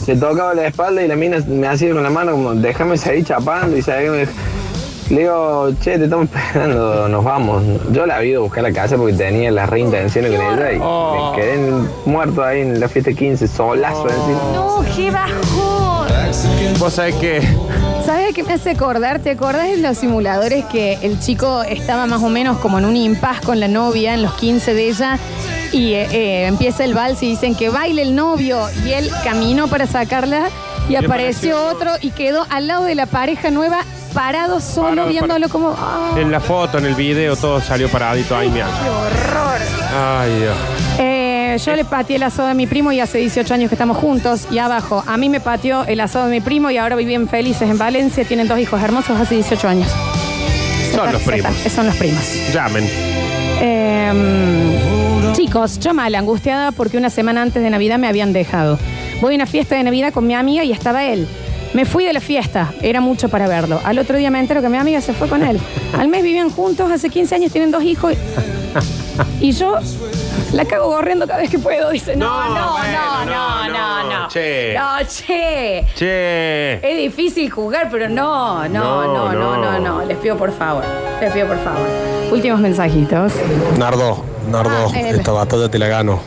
le tocaba la espalda y la mina me hacía con la mano como, déjame seguir chapando y se- Le digo, che, te estamos esperando, nos vamos. Yo la vi a buscar a la casa porque tenía las reintenciones con ella y me quedé en- muerto ahí en la fiesta 15, solazo encima.
No, Oh, qué bajo.
Vos sabés que.
¿Sabes qué me hace acordar? ¿Te acordás en los simuladores que el chico estaba más o menos como en un impas con la novia en los 15 de ella? Y eh, eh, empieza el vals y dicen que baile el novio. Y él caminó para sacarla y, apareció otro y quedó al lado de la pareja nueva, parado solo,
Parado,
viéndolo
parado.
como. ¡ah!
En la foto, en el video, todo salió paradito ahí, mira.
¡Qué horror!
Ay, Dios.
Eh, yo le pateé el asado de mi primo y hace 18 años que estamos juntos. Y abajo, a mí me pateó el asado de mi primo y ahora viven felices en Valencia. Tienen dos hijos hermosos hace 18 años.
Son los
Se-
primos.
se- Son los primos.
Llamen.
Eh, chicos, yo mal angustiada porque una semana antes de Navidad me habían dejado. Voy a una fiesta de Navidad con mi amiga y estaba él. Me fui de la fiesta, era mucho para verlo. Al otro día me entero que mi amiga se fue con él. Al mes vivían juntos, hace 15 años tienen dos hijos. Y yo la cago corriendo cada vez que puedo. Dice, no, no,
No,
no, no,
bueno, no,
no, no.
no, che.
No, che.
Che.
Es difícil jugar, pero no, no, no, no,
No,
no, no,
no.
Les pido por favor. Les pido por favor. Últimos mensajitos.
Nardo, Nardo,
Ah, él.
esta batalla te la gano.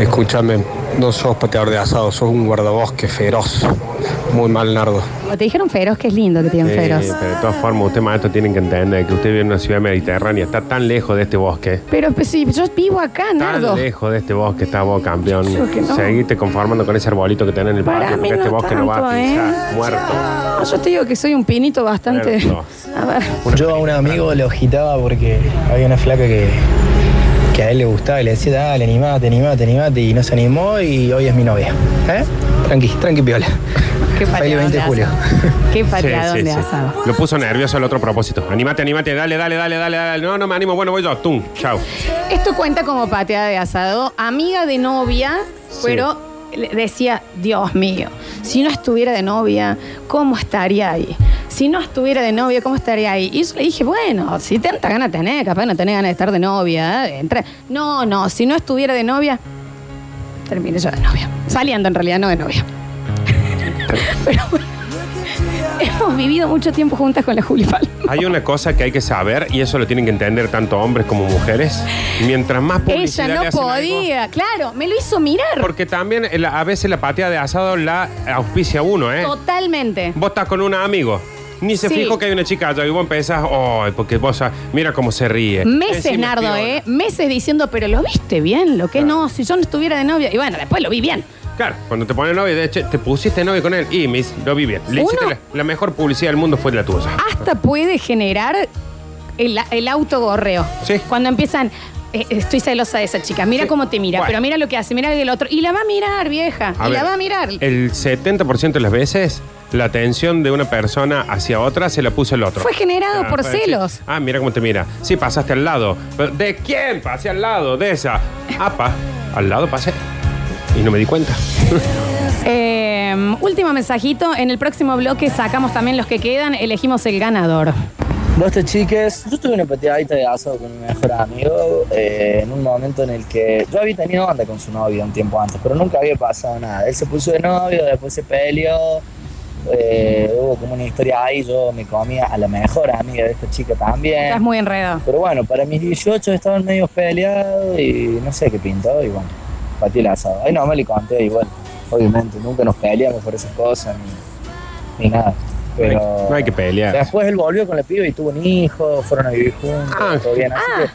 Escúchame, no sos pateador de asado, sos un guardabosque feroz. Muy mal, Nardo.
O te dijeron feroz, que es lindo que te digan
Sí,
feroz.
Eh, pero de todas formas, usted, maestro, tienen que entender que usted vive en una ciudad mediterránea, está tan lejos de este bosque.
Pero pues, si yo vivo acá,
Tan
Nardo.
lejos de este bosque está vos, campeón.
Yo creo que no.
Seguite conformando con ese arbolito que tenés en el
Para
patio,
mí
porque este
no
bosque no va a
tanto, ¿eh?
pisar. Muerto.
No, Ah, yo te digo que soy un pinito bastante.
Muerto.
A ver.
Yo a un amigo le agitaba porque había una flaca que, que a él le gustaba y le decía, dale, animate, animate, animate, y no se animó y hoy es mi novia. ¿Eh? Tranqui, tranqui, piola.
Qué
Feliz
pateadón
20
de
de julio.
asado. Qué
Sí,
pateadón
sí,
de
sí.
asado.
Lo puso nervioso el otro propósito. Anímate, anímate, dale, dale, dale, dale, dale. No, no me animo. Bueno, voy yo. Tum, chao.
Esto cuenta como pateada de asado. Amiga de novia, pero le- decía, Dios mío, si no estuviera de novia, ¿cómo estaría ahí? Si no estuviera de novia, ¿cómo estaría ahí? Y yo le dije, bueno, si tanta ganas tenés, capaz no tenés ganas de estar de novia. ¿eh? Entra- No, no, si no estuviera de novia, terminé yo de novia. Saliendo en realidad, no de novia. pero bueno, hemos vivido mucho tiempo juntas con la Juli Palma.
Hay una cosa que hay que saber, y eso lo tienen que entender tanto hombres como mujeres. Mientras más publicidad
Ella
le
no
hacen algo-
podía, claro, me lo hizo mirar.
porque también eh, la- a veces la pateada de asado la auspicia uno, ¿eh?
Totalmente.
Vos estás con un amigo. Ni se
Sí.
fijó que hay una chica allá y vos empezás, oh, porque vos, ah, mira cómo se ríe.
Meses,
Encima es
Nardo,
piola.
¿eh? Meses diciendo, pero lo viste bien, lo que no, si yo no estuviera de novia. Y bueno, después lo vi bien.
Claro, cuando te pones novio, de hecho, te pusiste novio con él y mis, lo vi bien. Le
Uno-
hiciste la, la mejor publicidad del mundo fue la tuya.
Hasta puede generar el, el autogorreo.
Sí.
Cuando empiezan, eh, estoy celosa de esa chica, mira
Sí.
cómo te mira,
Bueno.
pero mira lo que hace, mira el otro. Y la va a mirar, vieja,
A
y la
ver,
va a Eh. mirar.
El 70% de las veces la atención de una persona hacia otra se la puso el otro.
Fue generado por
puede
celos.
ah, mira cómo te mira. Sí, pasaste al lado. Pero, ¿De quién pasé al lado? De esa. Apa, al lado pasé. Y no me di cuenta.
Eh, último mensajito. En el próximo bloque sacamos también los que quedan. Elegimos el ganador.
Basta chiques, yo tuve una pateadita de asado con mi mejor amigo eh, en un momento en el que yo había tenido onda con su novio un tiempo antes, pero nunca había pasado nada. Él se puso de novio, después se peleó, eh, hubo como una historia ahí, yo me comía a la mejor amiga de esta chica también.
Estás muy enredado.
Pero bueno, para mis 18 estaban medio peleados y no sé qué pintó y bueno, pateé el asado. Ahí no me le conté y bueno, obviamente nunca nos peleamos por esas cosas ni, ni nada. Pero
No hay- no hay que pelear.
Después él volvió con la piba y tuvo un hijo, fueron a vivir juntos, todo bien. Así que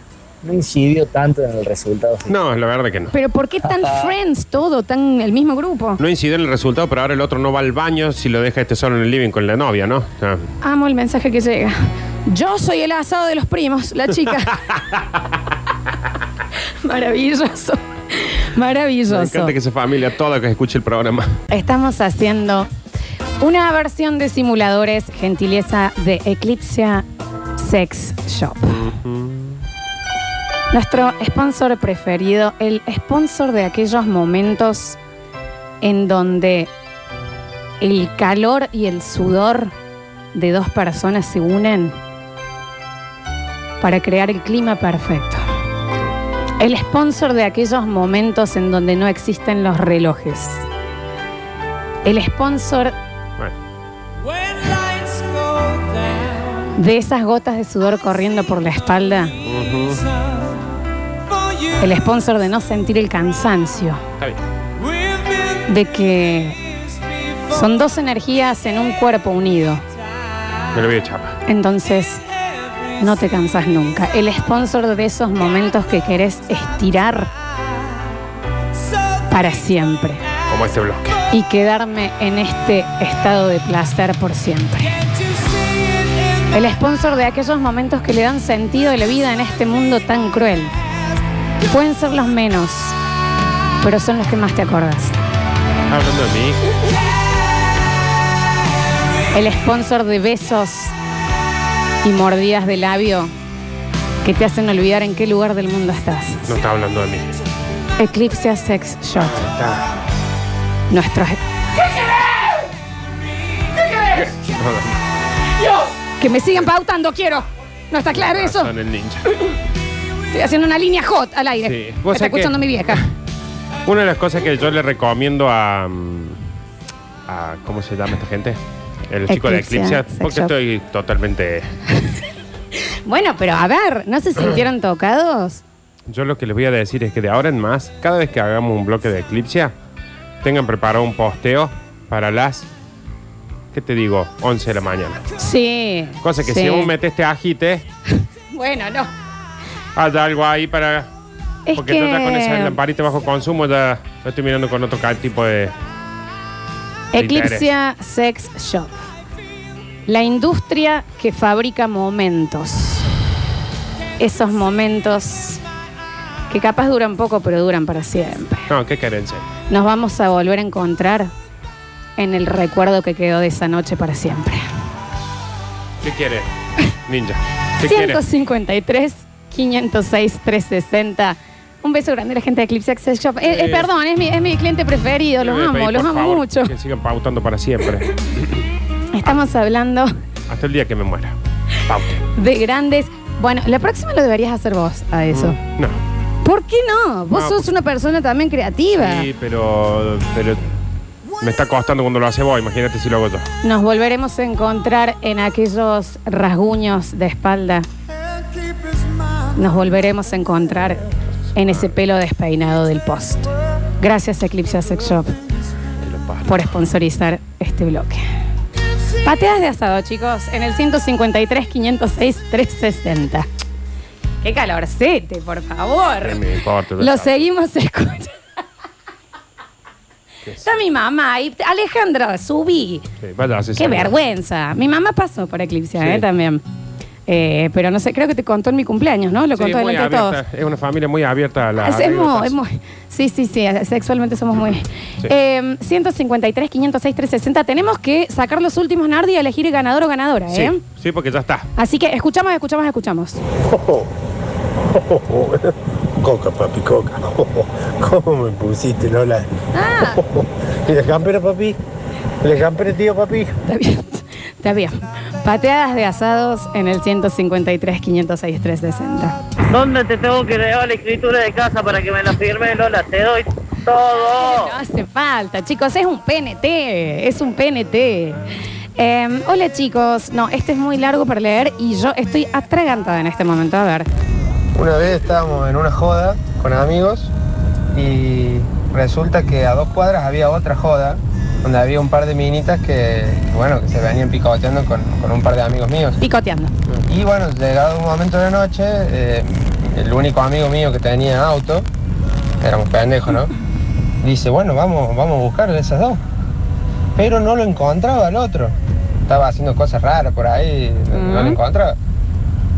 no incidió tanto en el resultado.
No, la verdad que no.
Pero ¿por qué tan friends todo, tan el mismo grupo?
No incidió en el resultado, pero ahora el otro no va al baño si lo deja este solo en el living con la novia, ¿no? Ah.
Amo el mensaje que llega. Yo soy el asado de los primos, la chica. Maravilloso.
Me
Maravilloso.
encanta que esa familia toda que escuche el programa.
Estamos haciendo una versión de simuladores, gentileza de Eclipse Sex Shop. Nuestro sponsor preferido, el sponsor de aquellos momentos en donde el calor y el sudor de dos personas se unen para crear el clima perfecto. El sponsor de aquellos momentos en donde no existen los relojes. El sponsor de esas gotas de sudor corriendo por la espalda. El sponsor de no sentir el cansancio. De que son dos energías en un cuerpo unido.
Me lo voy a chapa.
Entonces, no te cansas nunca. El sponsor de esos momentos que querés estirar para siempre
Como este bloque.
y quedarme en este estado de placer por siempre. El sponsor de aquellos momentos que le dan sentido a la vida en este mundo tan cruel. Pueden ser los menos, pero son los que más te acordás.
¿Estás hablando de mí?
El sponsor de besos y mordidas de labio que te hacen olvidar en qué lugar del mundo estás.
No está hablando de mí.
Eclipse Sex Shop. Nuestros Que me sigan pautando, quiero. ¿No está claro eso?
Son el ninja.
Estoy haciendo una línea hot al aire.
Sí.
Me
Vos
está
sabés que-
escuchando mi vieja.
Una de las cosas que yo le recomiendo a, mm, a- ¿Cómo se llama esta gente? El chico de
Eclipse,
Eclipse.
sex
Porque
shop.
estoy totalmente.
Bueno, pero a ver, ¿no se sintieron tocados?
Yo lo que les voy a decir es que de ahora en más, cada vez que hagamos un bloque de Eclipse, tengan preparado un posteo para las. ¿Qué te digo? 11 de la mañana.
Sí.
Cosa que
sí.
si vos metes este ajite,
Bueno, no.
haya algo ahí para.
Es
porque
que
yo ya con esa lamparita bajo consumo ya lo estoy mirando con otro ca- tipo de. de interés.
Eclipse Sex Shop. La industria que fabrica momentos. Esos momentos que capaz duran poco, pero duran para siempre.
No, qué carencia.
Nos vamos a volver a encontrar en el recuerdo que quedó de esa noche para siempre.
¿Qué quiere? Ninja. ¿Qué quiere?
153, 506, 360. Un beso grande a la gente de Eclipse Access Shop. Eh, eh,
Sí.
perdón, es mi, es mi cliente preferido. Los
Le voy a
amo,
pedir,
los
por
amo
favor,
mucho.
Que sigan pautando para siempre.
Estamos hablando
Hasta el día que me muera. Paute.
de grandes. Bueno, la próxima lo deberías hacer vos a eso.
No.
¿Por qué no? Vos
Mm. No,
sos una persona también creativa.
Sí, pero, pero me está costando cuando lo hace vos. Imagínate si lo hago yo.
Nos volveremos a encontrar en aquellos rasguños de espalda. Nos volveremos a encontrar en ese pelo despeinado del post. Gracias Eclipse Sex Shop por sponsorizar este bloque. Pateadas de asado, chicos, en el 153 506 360. Qué calorcete, por favor.
No me importa, ya
Lo
está.
seguimos escuchando. Está mi mamá ahí. Alejandra, subí.
Sí, vaya, así
Qué
sale.
vergüenza. Mi mamá pasó por Eclipse ¿eh? también. Eh, pero no sé, creo que te contó en mi cumpleaños, ¿no? Lo
Sí,
contó
muy
delante de todos.
abierta. Ah, Es una familia muy abierta a la.
Ah, Es- es muy- es muy- sí, sí, sí, sexualmente somos muy... Eh, 153, 506, 360. Tenemos que sacar los últimos Nardi y elegir el ganador o ganadora, ¿eh?
sí, sí, porque ya está.
Así que escuchamos, escuchamos, escuchamos.
Oh, Coca, papi, coca. Oh, ¿Cómo me pusiste, Lola?
Ah.
Oh, ¿Y la campera, papi? ¿Y la campera, tío, papi?
Está bien. Está bien. Pateadas de asados en el 153 506 360.
¿Dónde te tengo que llevar la escritura de casa para que me la firme, Lola? Te doy todo.
No hace falta, chicos, es un PNT, es un PNT. Eh, hola chicos, no, este es muy largo para leer y yo estoy atragantada en este momento, a ver.
Una vez estábamos en una joda con amigos y resulta que a dos cuadras había otra joda donde había un par de minitas que, que, bueno, que se venían picoteando con, con un par de amigos míos.
Picoteando.
Y bueno, llegado un momento de la noche, eh, el único amigo mío que tenía auto, éramos pendejos, ¿no? Dice, bueno, vamos, vamos a buscar a esas dos. Pero no lo encontraba el otro. Estaba haciendo cosas raras por ahí, no- no lo
Mm.
encontraba.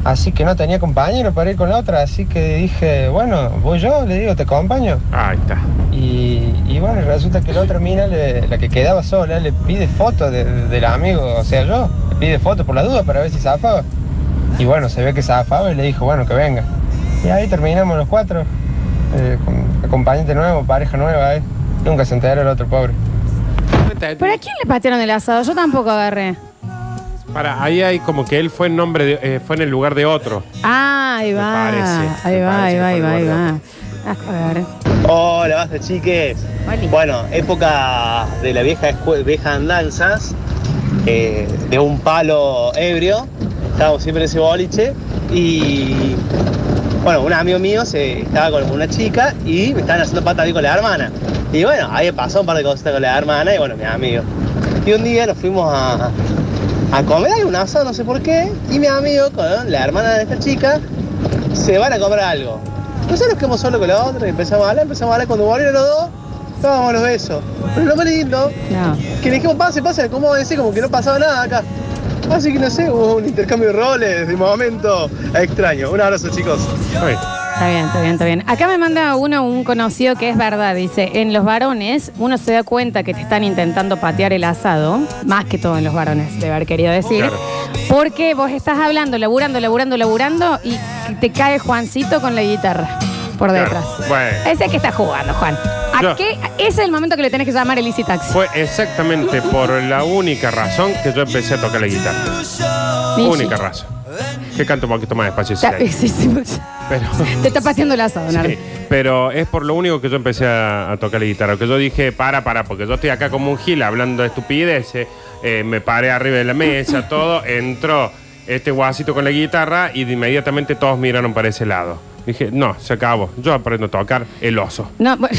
Así que no tenía compañero para ir con la otra, así que dije, bueno, voy yo, le digo, te acompaño.
Ahí está.
Y, y bueno, resulta que la otra mina, le- la que quedaba sola, le pide fotos de- del amigo, o sea, yo, le pide fotos por la duda para ver si zafaba. Y bueno, se ve que zafaba y le dijo, bueno, que venga. Y ahí terminamos los cuatro. eh, con acompañante nuevo, pareja nueva, eh. Nunca se enteró el otro pobre.
¿Pero a quién le patearon el asado? Yo tampoco agarré.
Para, ahí hay como que él fue en nombre de, eh, fue en el lugar de otro.
Ah, ahí va.
parece,
ahí,
me
va ahí
parece
va,
que
ahí va,
fue
ahí
el
va. Ah, a ver.
Hola, basta chiques. Bueno, época de la vieja escue- vieja andanzas, eh, de un palo ebrio, estábamos siempre en ese boliche y bueno, un amigo mío se estaba con una chica y me estaban haciendo pata a mí con la hermana. Y bueno, ahí pasó un par de cosas con la hermana y bueno, mi amigo. Y un día nos fuimos a, a comer ahí un asado, no sé por qué, y mi amigo con la hermana de esta chica se van a comprar algo. Nosotros quedamos solos con la otra y empezamos a hablar, empezamos a hablar. Cuando volvieron los dos, estábamos los besos. Pero lo más lindo, que le dijimos pase, pase, como decir, como que no pasaba nada acá. Así que no sé, hubo un intercambio de roles de momento extraño. Un abrazo, chicos.
Está bien, está bien, está bien. Acá me manda uno un conocido que es verdad. Dice, en los varones uno se da cuenta que te están intentando patear el asado, más que todo en los varones, debe haber querido decir.
Claro.
Porque vos estás hablando, laburando, laburando, laburando y te cae Juancito con la guitarra por
Claro.
detrás.
Bueno.
Ese que está jugando, Juan. ¿A
Yo.
qué? Ese es el momento que le tenés que llamar el Easy Taxi.
Fue exactamente por la única razón que yo empecé a tocar la guitarra.
Michi.
Única razón. Que canto un poquito más despacio. si
Está-
hay.
sí, sí, sí. Te está pateando el asado, Nardo.
Sí, pero es por lo único que yo empecé a, a tocar la guitarra. Que yo dije, para, para, porque yo estoy acá como un gil hablando de estupideces. eh, me paré arriba de la mesa, todo. Entró este guasito con la guitarra y de inmediatamente todos miraron para ese lado. Dije, no, se acabó. Yo aprendo a tocar el oso.
No, bueno,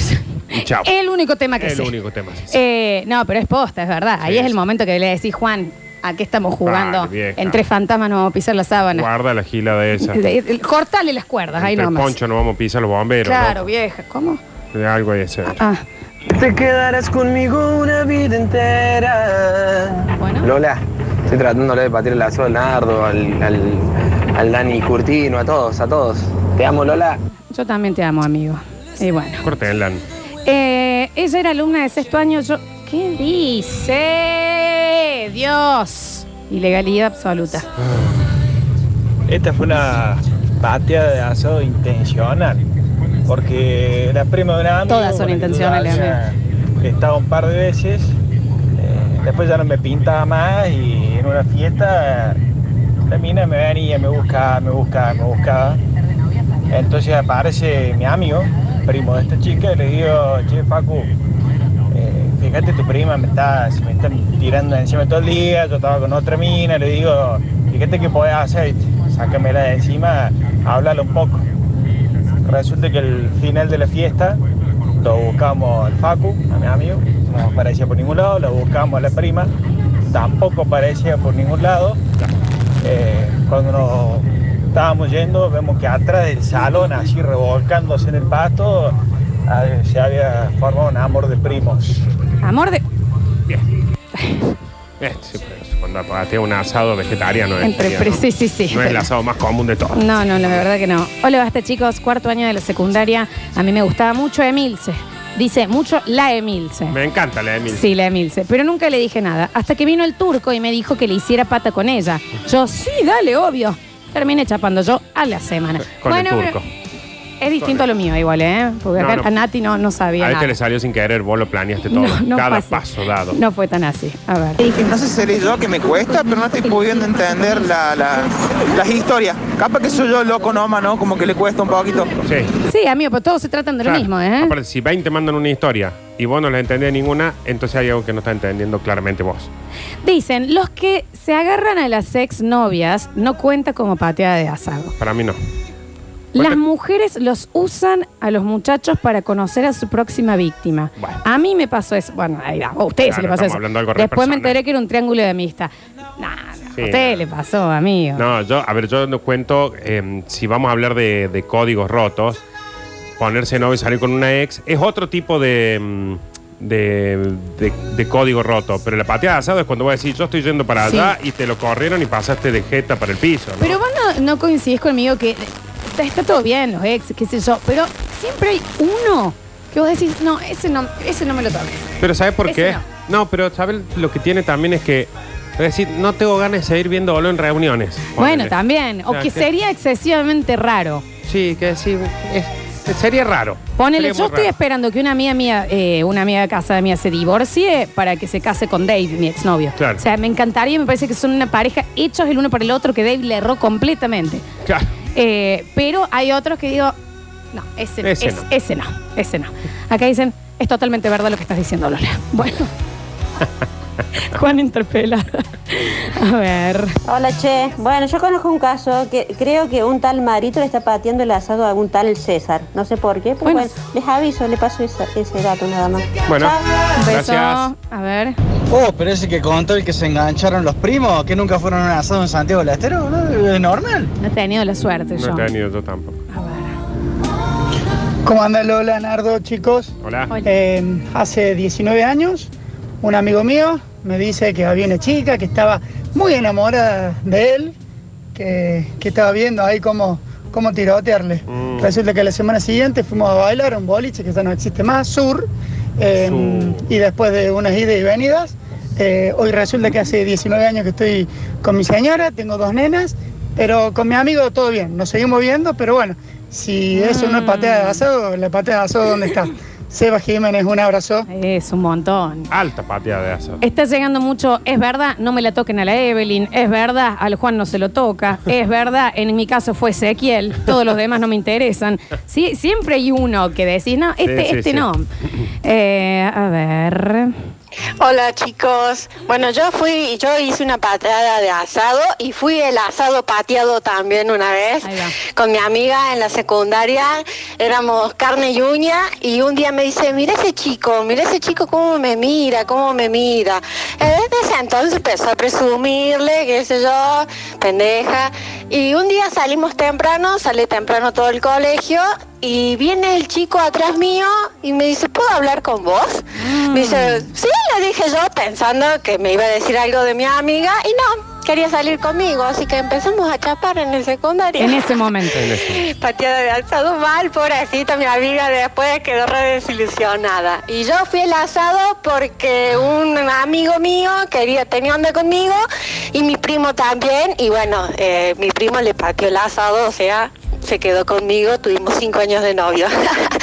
Y chao.
el único tema que
El
sé.
único tema.
Eh, no, pero es posta, es verdad. Ahí
Sí,
es el
sí.
momento que le decís, Juan, ¿a qué estamos jugando?
Dale, vieja.
Entre fantasmas nos vamos a pisar la sábana.
Guarda la gila de esa.
De- de- Cortale las cuerdas, ahí
Entre
nomás.
poncho no vamos a pisar los bomberos.
claro, Ah, vieja, ¿cómo?
¿no? Algo de ese.
Te quedarás conmigo una vida entera.
Lola, estoy tratándole de patear el lazo al Nardo, al, al, al Dani Curtino, a todos, a todos. Te amo, Lola.
Yo también te amo, amigo. Y bueno.
Cortenla.
Eh, ella era alumna de sexto año, yo. ¿Qué dice? Dios. Ilegalidad absoluta.
Esta fue una pateada de asado intencional. Porque la prima de una amiga.
Todas
con la
son
que yo
intencionales,
había Estado un par de veces. eh, después ya no me pintaba más y en una fiesta la mina me venía, me buscaba, me buscaba, me buscaba. Entonces aparece mi amigo, primo de esta chica, y le digo, che, Facu, eh, fíjate, tu prima me está, se me está tirando encima todo el día, yo estaba con otra mina, le digo, fíjate qué podés hacer, sácamela de encima, háblalo un poco. Resulta que el final de la fiesta lo buscamos al Facu, a mi amigo, no aparecía por ningún lado, lo buscamos a la prima, tampoco aparecía por ningún lado. Eh, cuando nos estábamos yendo, vemos que atrás del salón, así revolcándose en el pasto, ah, se había formado un amor de primos.
Amor de.
Eh, sí, pero eso, cuando patea un asado vegetariano. es
Entre-
genial, ¿no?
sí, sí, sí.
No es el asado más común de todos.
No, no, la verdad que no. Hola, basta chicos, cuarto año de la secundaria. A mí me gustaba mucho Emilce. Dice mucho la Emilce.
Me encanta la de Emil.
Sí, la Emilce. Pero nunca le dije nada. Hasta que vino el turco y me dijo que le hiciera pata con ella. Yo, sí, dale, obvio. Terminé chapando yo a la semana.
Con el
Bueno,
turco.
pero- Es distinto a lo mío igual, ¿eh? Porque
No,
acá
no.
a Nati no, no sabía
A este
nada.
le salió sin querer, vos lo planeaste todo.
No, no
Cada
pasa.
paso dado.
No fue tan así. A ver.
No sé si seré yo que me cuesta, pero no estoy pudiendo entender la- la- las historias. Capaz que soy yo loco nomás, ¿no? Como que le cuesta un poquito.
Sí.
Sí, amigo, pero todos se tratan de lo
Claro.
mismo, ¿eh?
Aparte, si 20 mandan una historia y vos no la entendés ninguna, entonces hay algo que no está entendiendo claramente vos.
Dicen, los que se agarran a las exnovias no cuenta como pateada de asado.
Para mí no.
Las mujeres los usan a los muchachos para conocer a su próxima víctima. A mí me pasó eso. Bueno, ahí va. O a ustedes
Claro,
se les pasó
estamos
eso.
hablando de algo re
Después me
personal.
enteré que era un triángulo de amistad. No, no,
Sí,
a ustedes le pasó, Oh, amigo.
No, yo, a ver, yo no cuento, eh, si vamos a hablar de, de códigos rotos, ponerse novio y salir con una ex es otro tipo de, mm, de, de- de código roto. Pero la pateada de asado es cuando voy a decir, yo estoy yendo para
Sí.
allá y te lo corrieron y pasaste de jeta para el piso. ¿no?
Pero vos no, no coincidís conmigo que está, está todo bien, los ex, qué sé yo, pero siempre hay uno que vos decís, no, ese no, ese no me lo tomes.
Pero ¿sabes por
Ese
qué? No. pero ¿sabes lo que tiene también es que, es decir, no tengo ganas de seguir viendo en reuniones.
Bueno,
Ponele.
también. O
Claro,
que
que-
sería excesivamente raro.
Sí, que sí. Sería raro.
Ponele,
Sería
yo
muy
estoy
raro.
esperando que una amiga mía, eh, una amiga de casa mía, se divorcie para que se case con Dave, mi exnovio.
Claro.
O sea, me encantaría, me parece que son una pareja hechos el uno para el otro, que Dave le erró completamente.
Claro.
Eh, pero hay otros que digo, no, ese,
Ese
es-
no.
ese no, ese no. Acá dicen, es totalmente verdad lo que estás diciendo, Lola. Bueno. Juan interpela. A ver.
Hola, che. Bueno, yo conozco un caso que creo que un tal Marito le está pateando el asado a algún tal César. No sé por qué, pero bueno, les aviso, le paso esa- ese dato nada más.
Bueno,
Un beso.
gracias.
A ver.
Oh, pero ese que contó el que se engancharon los primos, que nunca fueron a un asado en Santiago del Estero, ¿no? Es normal.
No he tenido la suerte yo.
No te han ido yo tampoco.
¿Cómo anda Lola, Nardo, chicos?
Hola.
Eh, hace 19 años, un amigo mío me dice que había una chica que estaba muy enamorada de él, que, que estaba viendo ahí cómo, cómo tirotearle. Resulta que la semana siguiente fuimos a bailar a un boliche que ya no existe más, Sur, eh, y después de unas idas y venidas, eh, hoy resulta que hace 19 años que estoy con mi señora, tengo dos nenas, pero con mi amigo todo bien, nos seguimos viendo, pero bueno, si eso no es patea de asado, la patea de asado ¿dónde está? Seba Jiménez, un abrazo.
Es un montón.
Alta pateada de asado.
Está llegando mucho, es verdad, no me la toquen a la Evelyn, es verdad, al Juan no se lo toca, es verdad, en mi caso fue Ezequiel, todos los demás no me interesan. Sí, siempre hay uno que decís, no, este,
sí,
este
sí.
no. Eh, a ver.
Hola chicos, bueno yo fui, yo hice una pateada de asado y fui el asado pateado también una vez con mi amiga en la secundaria, éramos carne y uña y un día me dice, mira ese chico, mira ese chico cómo me mira, cómo me mira. Eh, Desde ese entonces empezó a presumirle, qué sé yo, pendeja. Y un día salimos temprano, salí temprano todo el colegio y viene el chico atrás mío y me dice, ¿puedo hablar con vos?
Ah.
Me dice, sí, le dije yo pensando que me iba a decir algo de mi amiga y no, quería salir conmigo, así que empezamos a chapar en el secundario.
En ese momento.
Pateada de asado mal, pobrecita, mi amiga después quedó re desilusionada. Y yo fui el asado porque un amigo mío quería, tenía onda conmigo y mi primo también. Y bueno, eh, mi primo le pateó el asado, o sea, se quedó conmigo, tuvimos cinco años de novio.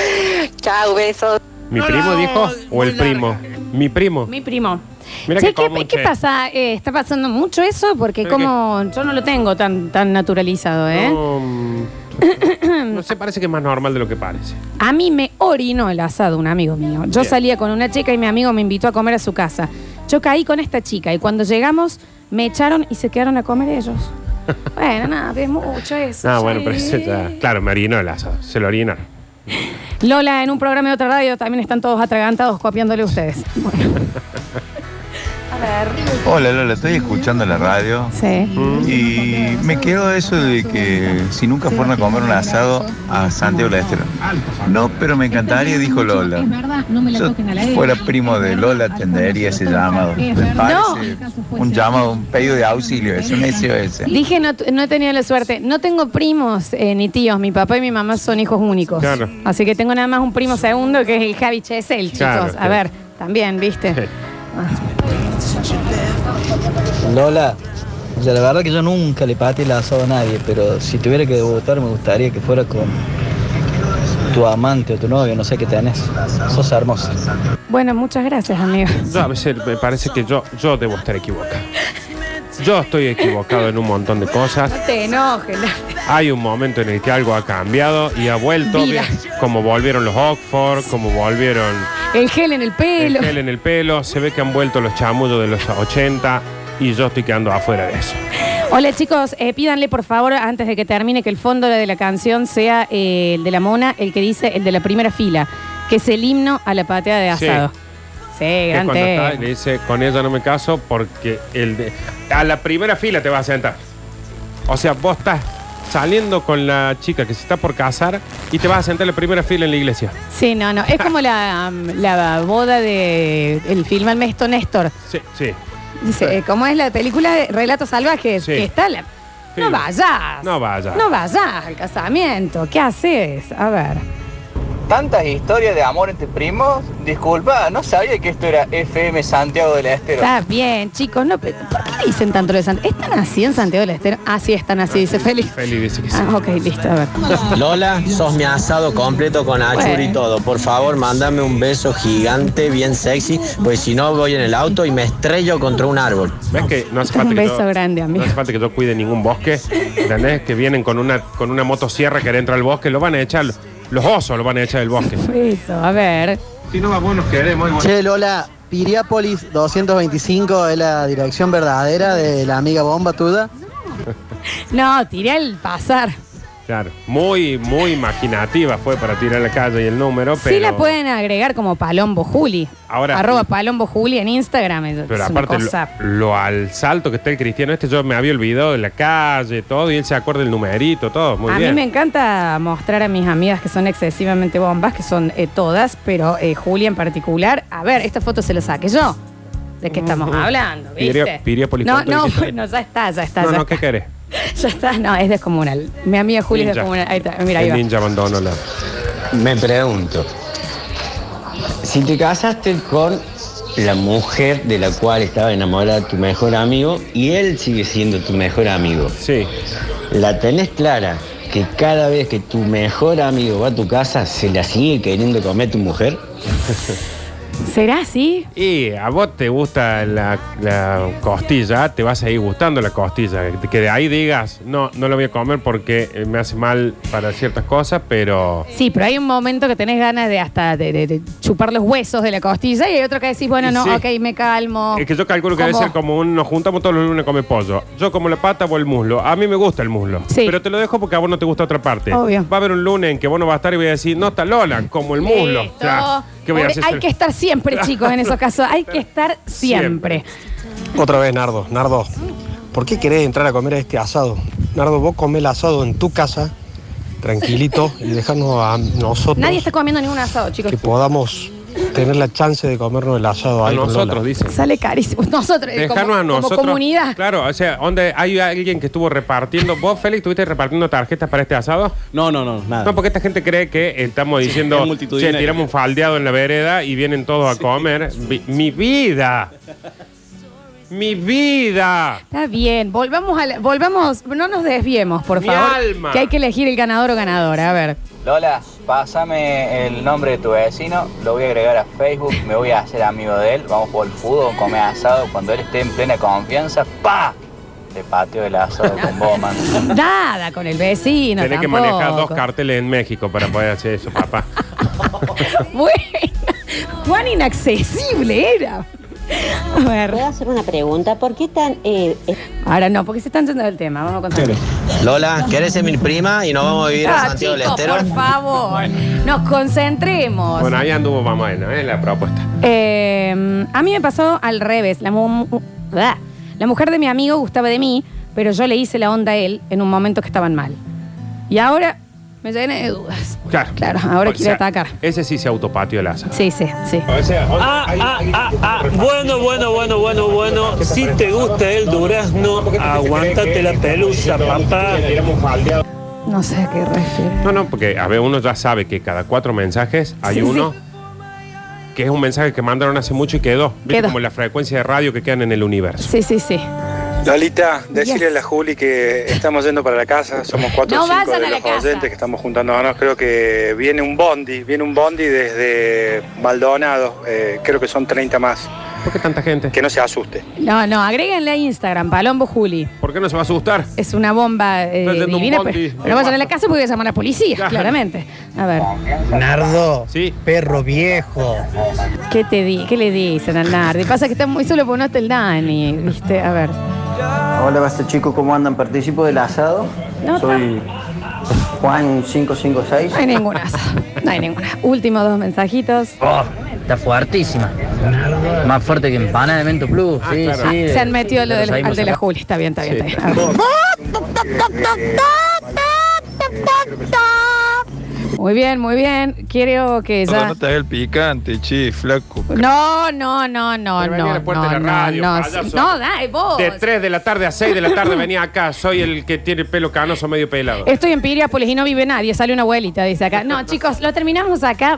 Chao, besos.
¿Mi primo dijo? ¿O el primo? Mi primo.
Mi primo.
Mira
Che,
que
¿qué,
común,
qué
che.
pasa? Eh, ¿Está pasando mucho eso? Porque
Pero
como yo no lo tengo tan, tan naturalizado, ¿eh?
No, mm, no sé, parece que es más normal de lo que parece.
A mí me orinó el asado un amigo mío. Yo salía con una chica y mi amigo me invitó a comer a su casa. Yo caí con esta chica y cuando llegamos me echaron y se quedaron a comer ellos. bueno, nada, es mucho eso.
Ah,
sí.
bueno, pero eso ya. Claro, me orinó el asado. Se lo orinaron.
Lola, en un programa de otra radio también están todos atragantados copiándole a ustedes. Bueno. A ver.
Hola Lola, estoy escuchando la radio
Sí.
y me quedó eso de que si nunca fueron a comer un asado a Santiago del Estero. No, pero me encantaría, dijo Lola.
verdad, no me la toquen a la
Si fuera primo de Lola, atendería ese llamado. Me parece un llamado, un pedido de auxilio, es un SOS.
Dije, no, tu- no he tenido la suerte. No tengo primos eh, ni tíos. Mi papá y mi mamá son hijos únicos.
Claro.
Así que tengo nada más un primo segundo que es el Javi Chesel, chicos.
Claro,
A
claro.
ver, también, ¿viste? Ah.
Lola, o sea, la verdad que yo nunca le pateé el asado a nadie, pero si tuviera que debutar me gustaría que fuera con tu amante o tu novio, no sé qué tenés. Sos hermosa.
Bueno, muchas gracias, amigo.
Yo a veces me parece que yo, yo debo estar equivocado. Yo estoy equivocado en un montón de cosas.
No te enojes. la-
Hay un momento en el que algo ha cambiado y ha vuelto.
Vida.
bien, Como volvieron los Oxford, como volvieron
El gel en el pelo.
el gel en el pelo, se ve que han vuelto los chamullos de los 80 y yo estoy quedando afuera de eso.
Hola chicos, Eh, pídanle por favor, antes de que termine, que el fondo de la canción sea eh, el de la mona, el que dice el de la primera fila, que es el himno a la pateada de
Sí.
asado. Sí,
Que
gran
cuando
tema.
está y le dice, con ella no me caso porque el de- a la primera fila te vas a sentar. O sea, vos estás saliendo con la chica que se está por casar y te vas a sentar en la primera fila en la iglesia.
Sí, no, no. Es como la, um, la boda de el film Ernesto Néstor.
Sí, sí.
Dice, eh, ¿cómo es la película de Relatos Salvajes? Que está la.
Sí.
No vayas.
No vaya.
No vayas al casamiento. ¿Qué haces? A ver.
Tantas historias de amor entre primos. Disculpa, no sabía que esto era FM Santiago del Estero.
Está bien, chicos. No, pe- ¿Por qué dicen tanto lo de Santiago? ¿Están así en Santiago del Estero? Ah, sí, están así, dice Félix.
Feli dice que sí.
Ah, ok, listo, a ver.
Lola, sos mi asado completo con achuri y
Bueno.
todo. Por favor, mándame un beso gigante, bien sexy, pues si no voy en el auto y me estrello contra un árbol.
¿Ves que no hace
Un
falta que
beso
yo,
grande,
no
amigo.
hace falta que yo cuide ningún bosque? ¿Entendés? Que vienen con una, con una motosierra que entra al bosque, lo van a echar. Los osos lo van a echar del bosque.
Eso, a ver.
Si no vamos, nos queremos.
Che, Lola, Piriápolis 225 es la dirección verdadera de la amiga bomba tuda.
No, tiré al pasar.
Claro. Muy, muy imaginativa fue para tirar la calle y el número, pero.
Sí la pueden agregar como Palombo Juli.
Ahora-
Arroba Palombo Juli en Instagram. Es
Pero
una
aparte, lo,
cosa-
lo al salto que está el cristiano este, yo me había olvidado de la calle, todo, y él se acuerda del numerito, todo, muy
a
bien.
mí me encanta mostrar a mis amigas que son excesivamente bombas, que son eh, todas, pero eh, Julia en particular. A ver, esta foto se la saqué yo. ¿De
Mm,
qué estamos hablando? ¿Viste?
Piria- Piriápolis,
no,
¿cuánto
no,
dijiste?
bueno, ya está, ya está.
No,
ya,
no, ¿qué querés?
ya está, no, es descomunal. Mi amiga Julia es
Ninja.
descomunal. Ahí está, mira, ahí
el
va.
ninja abandonó la.
Me pregunto, si te casaste con la mujer de la cual estaba enamorada tu mejor amigo y él sigue siendo tu mejor amigo.
Sí.
La tenés clara que cada vez que tu mejor amigo va a tu casa se la sigue queriendo comer tu mujer.
¿Será así?
Y a vos te gusta la, la costilla, te va a seguir gustando la costilla. Que de ahí digas, no, no la voy a comer porque eh, me hace mal para ciertas cosas, pero.
Sí, pero hay un momento que tenés ganas de hasta de, de- de chupar los huesos de la costilla y hay otro que decís, bueno,
Y
no,
sí.
ok, me calmo.
Es que yo calculo que debe
Como-
ser como un, nos juntamos todos los lunes a comer pollo. Yo como la pata o el muslo. A mí me gusta el muslo. Pero te lo dejo porque a vos no te gusta otra parte.
Obvio.
Va a haber un lunes en que vos no vas a estar y voy a decir, no está Lola, como el muslo.
Listo.
O sea, ¿Qué voy a
Pobre-
hacer?
Hay que estar siempre, chicos, en esos casos. Hay que estar siempre.
Otra vez, Nardo. Nardo, ¿por qué querés entrar a comer a este asado? Nardo, vos comés el asado en tu casa, tranquilito, y dejarnos a nosotros
Nadie está comiendo ningún asado, chicos.
que podamos tener la chance de comernos el asado
A
ahí con
nosotros,
Lola.
dicen.
Sale carísimo. Nosotros, eh,
Dejanos
como,
a nosotros.
como comunidad.
Claro, o sea, donde hay alguien que estuvo repartiendo. ¿Vos, Félix, estuviste repartiendo tarjetas para este asado?
No, no, no, nada.
No, porque esta gente cree que estamos
es
diciendo, che,
multitudinario.
tiramos un faldeado en la vereda y vienen todos a comer. Vi- ¡Mi vida! ¡Mi vida!
Está bien. Volvamos, a la- volvamos, no nos desviemos, por
Mi
favor.
alma.
Que hay que elegir el ganador o ganadora. A ver.
Lola, pásame el nombre de tu vecino, lo voy a agregar a Facebook, me voy a hacer amigo de él, vamos a jugar al fútbol, comer asado, cuando él esté en plena confianza, ¡pa! Te pateo el asado con vos, man.
Nada con el vecino.
Tenés que
tampoco.
manejar dos carteles en México para poder hacer eso, papá.
Bueno, cuán inaccesible era. A ver.
¿Puedo hacer una pregunta? ¿Por qué tan.? eh, eh,
Ahora no, porque se están yendo del tema. Vamos a contar.
Lola, ¿querés ser mi prima y nos vamos a vivir a
Ah,
Santiago del
chicos,
Estero?
por favor, nos concentremos.
Bueno, ahí anduvo más o menos, ¿eh? La propuesta.
Eh, a mí me pasó al revés. La, mu- mu- bla. La mujer de mi amigo gustaba de mí, pero yo le hice la onda a él en un momento que estaban mal. Y ahora me llena de dudas.
Claro.
Claro, ahora
O
quiere
sea,
atacar.
Ese sí se autopatio el asa.
Sí, sí, sí.
Ah, ah, ah, ah, bueno, bueno, bueno, bueno, bueno. Si te gusta el durazno, aguántate la pelusa, papá.
No sé a qué refiere.
No, no, porque a ver, uno ya sabe que cada cuatro mensajes hay
Sí,
uno que es un mensaje que mandaron hace mucho y quedó. ¿Viste?
Quedó.
Como la frecuencia de radio que quedan en el universo.
Sí, sí, sí.
Lolita, decirle a la Juli que estamos yendo para la casa, somos cuatro
No
o cinco
vayan
de
a la
los
casa.
oyentes que estamos juntándonos, creo que viene un bondi, viene un bondi desde Maldonado, eh, creo que son 30 más.
¿Por qué tanta gente?
Que no se asuste.
No, no, agréguenle a Instagram, Palombo Juli.
¿Por qué no se va a asustar?
Es una bomba eh,
Está yendo un
divina.
bondi.
pero no vayan a la casa porque voy a llamar a la policía, claramente. A ver,
Nardo, perro viejo.
¿qué te di? ¿Qué le dicen al Nardi? Pasa que está muy solo porque no está el Dani, ¿viste? A ver.
Hola, basta chicos, ¿cómo andan? Participo del asado.
No,
Soy Juan 556.
No hay ninguna. No hay ninguna. Últimos dos mensajitos.
Oh, está fuertísima. Más fuerte que empanada de Mento Plus. Sí,
Ah,
sí.
se han metido lo
Pero
del,
salimos
al de la
acá.
Juli. Está bien, está bien,
Sí.
está bien. A ver. Muy bien, muy bien. Quiero que
No,
ya.
no te hagas el picante, che, flaco.
No, no, no, no,
Pero venía
no.
a la puerta
No,
de la radio,
no, no.
payaso.
No, dai, vos.
De 3 de la tarde a 6 de la tarde venía acá. Soy el que tiene el pelo canoso medio pelado.
Estoy en Piriápolis y no vive nadie. Sale una abuelita, dice acá. No, chicos, lo terminamos acá.